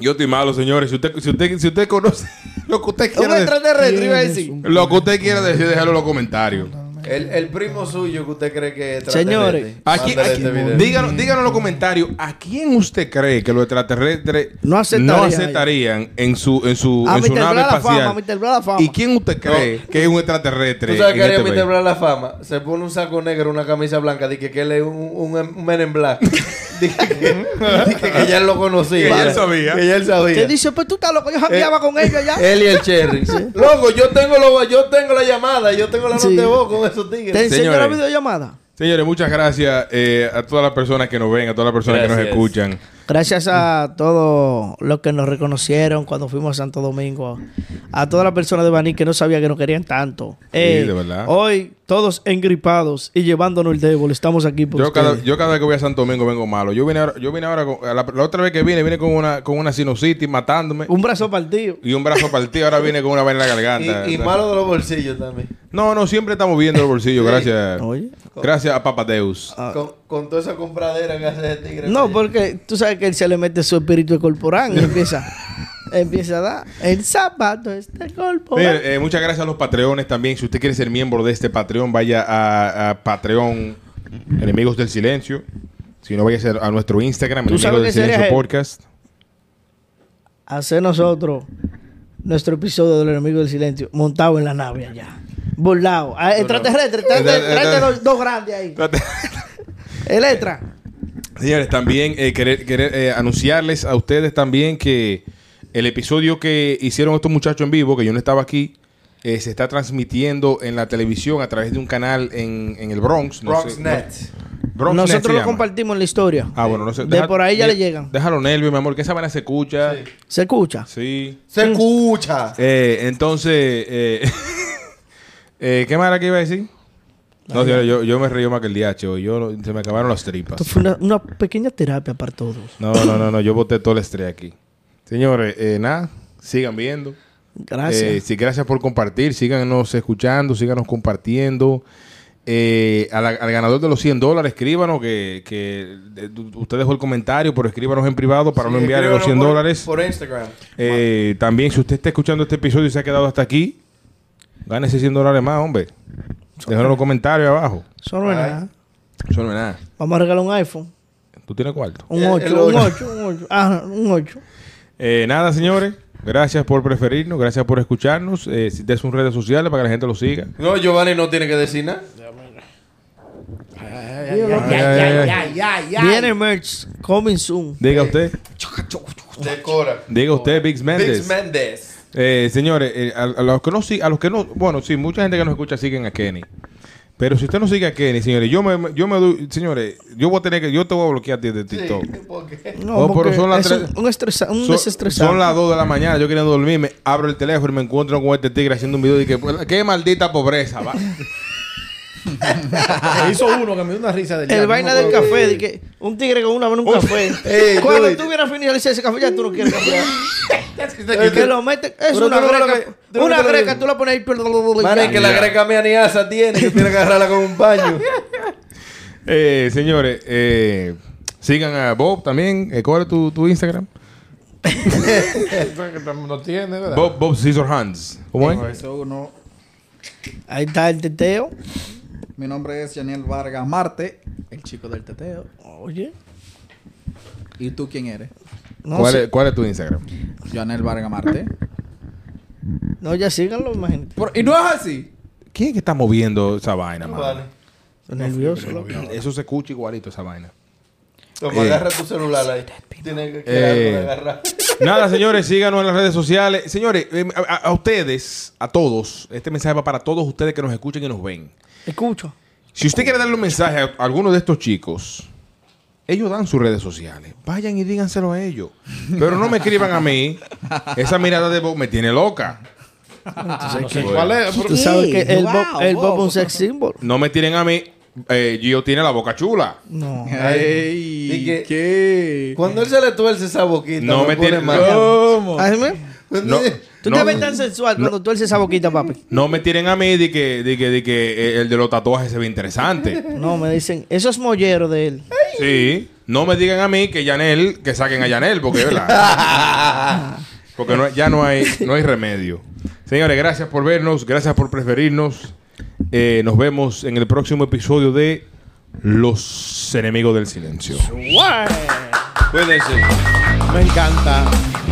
[SPEAKER 1] Yo estoy malo, señores. Si usted, si usted, si usted conoce lo que usted
[SPEAKER 3] Un
[SPEAKER 1] quiera decir,
[SPEAKER 3] extraterrestre, iba a
[SPEAKER 5] Tienes
[SPEAKER 3] decir.
[SPEAKER 5] un-
[SPEAKER 1] lo que usted quiera decir, déjalo en los comentarios.
[SPEAKER 4] El, el primo suyo que usted cree que es
[SPEAKER 3] Señores,
[SPEAKER 4] extraterrestre.
[SPEAKER 1] Aquí,
[SPEAKER 4] Mándale
[SPEAKER 1] aquí-
[SPEAKER 4] este video.
[SPEAKER 1] díganos, díganos en los comentarios a quién usted cree que los extraterrestres
[SPEAKER 3] No aceptarían
[SPEAKER 1] no aceptarían en su, en su,
[SPEAKER 3] A
[SPEAKER 1] en su
[SPEAKER 3] Mr.
[SPEAKER 1] nave
[SPEAKER 3] Blas la
[SPEAKER 1] espacial.
[SPEAKER 3] fama, a Mr. Blas la fama.
[SPEAKER 1] ¿Y quién usted cree que es un extraterrestre?
[SPEAKER 4] ¿Tú sabes
[SPEAKER 1] en
[SPEAKER 4] qué haría
[SPEAKER 1] este
[SPEAKER 4] Mr.
[SPEAKER 1] país?
[SPEAKER 4] Blas la fama? Se pone un saco negro, una camisa blanca, dije que él es un, un, un men
[SPEAKER 1] <laughs>
[SPEAKER 4] en black. Dije que, dije que ya él lo conocía.
[SPEAKER 1] Que ya él sabía.
[SPEAKER 4] Que ya él sabía.
[SPEAKER 3] Te dice, pues tú estás loco, yo jangueaba con ellos allá.
[SPEAKER 4] Él y el Cherry. Loco, yo tengo, lo- yo tengo la llamada, yo tengo la nota
[SPEAKER 3] Sí.
[SPEAKER 4] de voz con esos
[SPEAKER 3] Te
[SPEAKER 4] tigres.
[SPEAKER 3] enseñó la
[SPEAKER 1] Señores.
[SPEAKER 3] videollamada.
[SPEAKER 1] Señores, muchas gracias eh, a todas las personas que nos ven, a todas las personas que nos
[SPEAKER 4] Gracias.
[SPEAKER 1] escuchan.
[SPEAKER 3] Gracias a todos los que nos reconocieron cuando fuimos a Santo Domingo. A todas las personas de Baní que no sabía que nos querían tanto. Eh,
[SPEAKER 1] de verdad.
[SPEAKER 3] Hoy, todos engripados y llevándonos el débil. Estamos aquí por
[SPEAKER 1] Yo cada,
[SPEAKER 3] ustedes.
[SPEAKER 1] yo cada vez que voy a Santo Domingo vengo malo. Yo vine ahora, yo vine ahora con- la, la otra vez que vine, vine con una, con una sinusitis matándome
[SPEAKER 3] Un brazo partido.
[SPEAKER 1] y un brazo partido. Ahora vine con una vaina en la garganta.
[SPEAKER 4] Y, y malo de los bolsillos también.
[SPEAKER 1] No, no, siempre estamos viendo el bolsillo. Gracias.
[SPEAKER 3] Oye.
[SPEAKER 1] Gracias a Papadeus.
[SPEAKER 4] Con, con toda esa compradera que hace el tigre.
[SPEAKER 3] Ah. No, pues, porque tú sabes que él se le mete su
[SPEAKER 1] <laughs>
[SPEAKER 3] espíritu corporal y empieza, empieza a dar. El zapato este corporal.
[SPEAKER 1] Mire, eh, muchas gracias a los Patreones también. Si usted quiere ser miembro de este Patreon, vaya a, a Patreon Enemigos del Silencio. Si no, vayas a nuestro Instagram,
[SPEAKER 3] ¿Tú
[SPEAKER 1] el
[SPEAKER 3] sabes
[SPEAKER 1] Amigo de
[SPEAKER 3] qué sería
[SPEAKER 1] Silencio
[SPEAKER 3] el-
[SPEAKER 1] Podcast.
[SPEAKER 3] hacer nosotros nuestro episodio del enemigo del silencio montado en la nave allá. Burlado. Ah, Extraterrestre, tráete tráete los dos grandes ahí.
[SPEAKER 1] Eh,
[SPEAKER 3] Electra.
[SPEAKER 1] Señores, también eh, querer, querer, eh, anunciarles a ustedes también que el episodio que hicieron estos muchachos en vivo, que yo no estaba aquí, eh, se está transmitiendo en la televisión a través de un canal en, en el Bronx. no sé, no-
[SPEAKER 4] Bronxnet.
[SPEAKER 1] Bronxnet se
[SPEAKER 3] Nosotros lo
[SPEAKER 1] llama.
[SPEAKER 3] compartimos en la historia.
[SPEAKER 1] Ah, bueno, no sé.
[SPEAKER 3] De por ahí ya
[SPEAKER 1] de-
[SPEAKER 3] le llegan.
[SPEAKER 1] Déjalo nervio, mi amor, que esa vaina se escucha. Sí.
[SPEAKER 3] ¿Se escucha?
[SPEAKER 4] Se escucha.
[SPEAKER 1] Eh, entonces, eh, <laughs> eh, ¿qué más era que iba a decir? No, señores, yo, yo me río más que el DH hoy. Yo, se me acabaron las tripas.
[SPEAKER 3] Esto fue una, una pequeña terapia para todos.
[SPEAKER 1] No, no, no, no. Yo boté toda la estrella aquí. Señores, eh, nada. Sigan viendo.
[SPEAKER 3] Gracias.
[SPEAKER 1] Eh, sí, gracias por compartir. Síganos escuchando, síganos compartiendo. Eh, a la- al ganador de los 100 dólares, escríbanos que, que eh, tú- usted dejó el comentario, pero escríbanos en privado para no
[SPEAKER 4] Sí,
[SPEAKER 1] enviarle los 100
[SPEAKER 4] escríbanos por-
[SPEAKER 1] dólares.
[SPEAKER 4] Por Instagram.
[SPEAKER 1] Eh, también, si usted está escuchando este episodio y se ha quedado hasta aquí, gánese 100 dólares más, hombre. Déjanos los comentarios abajo.
[SPEAKER 3] Eso no es
[SPEAKER 4] Ay.
[SPEAKER 3] nada.
[SPEAKER 1] Eso no es nada.
[SPEAKER 3] Vamos a regalar un iPhone.
[SPEAKER 1] ¿Tú tienes cuarto?
[SPEAKER 3] Un
[SPEAKER 4] El- el
[SPEAKER 3] 8, un
[SPEAKER 4] ocho.
[SPEAKER 3] 8, un 8. Ajá, un 8.
[SPEAKER 1] Eh, nada, señores. Gracias por preferirnos. Gracias por escucharnos. Eh, si tienes sus redes sociales para que la gente lo siga.
[SPEAKER 4] No, Giovanni no tiene que decir nada.
[SPEAKER 3] Viene merch. Coming soon.
[SPEAKER 1] Diga usted.
[SPEAKER 4] Decora.
[SPEAKER 1] Diga usted, Big Mendes.
[SPEAKER 4] Bix Mendes.
[SPEAKER 1] Eh, señores, eh, a, a los que no sig- a los que no, bueno, sí, mucha gente que nos escucha siguen a Kenny. Pero si usted no sigue a Kenny, señores, yo me, yo me doy, señores, yo voy a tener que, yo te voy a bloquear a ti de TikTok.
[SPEAKER 4] Sí, ¿por qué? <laughs>
[SPEAKER 3] No,
[SPEAKER 1] Oh, pero
[SPEAKER 3] porque
[SPEAKER 1] son las
[SPEAKER 3] es
[SPEAKER 1] tres-
[SPEAKER 3] un, un, estresa- un
[SPEAKER 1] Son-
[SPEAKER 3] desestresante.
[SPEAKER 1] Son las 2 de la mañana, yo queriendo dormirme, abro el teléfono y me encuentro con este tigre haciendo un video y que, pues, qué maldita pobreza,
[SPEAKER 4] <laughs>
[SPEAKER 1] va.
[SPEAKER 5] Se hizo uno que me dio una risa de
[SPEAKER 3] El vaina del café, de que un tigre con una mano en un café.
[SPEAKER 4] Ey,
[SPEAKER 3] Cuando
[SPEAKER 4] dude.
[SPEAKER 3] tú vienes a finalizar ese café, ya tú no quieres café. Y que lo metes. Es
[SPEAKER 4] Pero
[SPEAKER 3] una
[SPEAKER 4] tú no lo
[SPEAKER 3] greca.
[SPEAKER 4] que- tú no
[SPEAKER 3] una
[SPEAKER 4] te lo
[SPEAKER 3] greca,
[SPEAKER 4] dices.
[SPEAKER 3] tú la pones ahí.
[SPEAKER 4] Mane, que la greca mía ni asa tiene. que Tiene que agarrarla con un paño.
[SPEAKER 1] Eh, señores, eh, sigan a Bob también, eh, ¿cuál es tu, tu Instagram?
[SPEAKER 5] que todo <laughs> el mundo tiene, ¿verdad?
[SPEAKER 1] Bob, Bob Scissor Hands. ¿Cómo es?
[SPEAKER 2] Eso no.
[SPEAKER 3] Ahí está el teteo.
[SPEAKER 2] Mi nombre es Daniel Vargas Marte, el chico del teteo.
[SPEAKER 3] Oye.
[SPEAKER 2] ¿Y tú quién eres?
[SPEAKER 3] No,
[SPEAKER 1] ¿Cuál
[SPEAKER 3] sé.
[SPEAKER 1] es, cuál es tu Instagram?
[SPEAKER 2] Janel Vargas Marte.
[SPEAKER 3] no ya síganlo, imagínate.
[SPEAKER 2] Por- y no es así.
[SPEAKER 1] ¿Quién es que está moviendo esa vaina, mano?
[SPEAKER 4] <laughs> Vale.
[SPEAKER 3] Estoy nervioso. loco.
[SPEAKER 1] Eso se escucha igualito esa vaina.
[SPEAKER 4] Toma,
[SPEAKER 1] Eh.
[SPEAKER 4] agarra tu celular ahí. Tiene que
[SPEAKER 1] Eh.
[SPEAKER 4] quedar agarrar.
[SPEAKER 1] Nada, señores, síganos en las redes sociales. Señores, eh, a, a ustedes, a todos, este mensaje va para todos ustedes que nos escuchen y nos ven.
[SPEAKER 3] Escucho.
[SPEAKER 1] Si usted quiere darle un mensaje a alguno de estos chicos, ellos dan sus redes sociales. Vayan y díganselo a ellos. Pero no me escriban a mí. Esa mirada de Bob me tiene loca.
[SPEAKER 3] Ah,
[SPEAKER 5] ¿Cuál es?
[SPEAKER 3] Tú sabes que el,
[SPEAKER 2] Wow,
[SPEAKER 3] Bob, el Bob
[SPEAKER 2] Bob.
[SPEAKER 3] es un sex symbol.
[SPEAKER 1] No me tiren a mí. Eh, Gio tiene la boca chula.
[SPEAKER 3] No.
[SPEAKER 2] Ey,
[SPEAKER 4] Y que-
[SPEAKER 2] ¿Qué?
[SPEAKER 4] Cuando él se le tuerce esa boquita,
[SPEAKER 1] No me
[SPEAKER 4] pone
[SPEAKER 1] tiene-
[SPEAKER 4] mal.
[SPEAKER 2] ¿Cómo?
[SPEAKER 3] Hazme.
[SPEAKER 4] <laughs>
[SPEAKER 1] No,
[SPEAKER 3] Tú
[SPEAKER 1] no,
[SPEAKER 3] te ves tan sensual cuando tú esa boquita, papi.
[SPEAKER 1] no me tiren a mí de que, de que, de que eh, el de los tatuajes se ve
[SPEAKER 3] <laughs>
[SPEAKER 1] interesante.
[SPEAKER 3] No, me dicen, eso es mollero de él.
[SPEAKER 1] Sí. No me digan a mí que Yanel, que saquen a Yanel, porque ¿verdad?
[SPEAKER 3] <laughs>
[SPEAKER 1] porque no- ya no hay, no hay remedio. Señores, gracias por vernos, gracias por preferirnos. Eh, nos vemos en el próximo episodio de Los Enemigos del Silencio.
[SPEAKER 4] Cuídense.
[SPEAKER 5] Me encanta.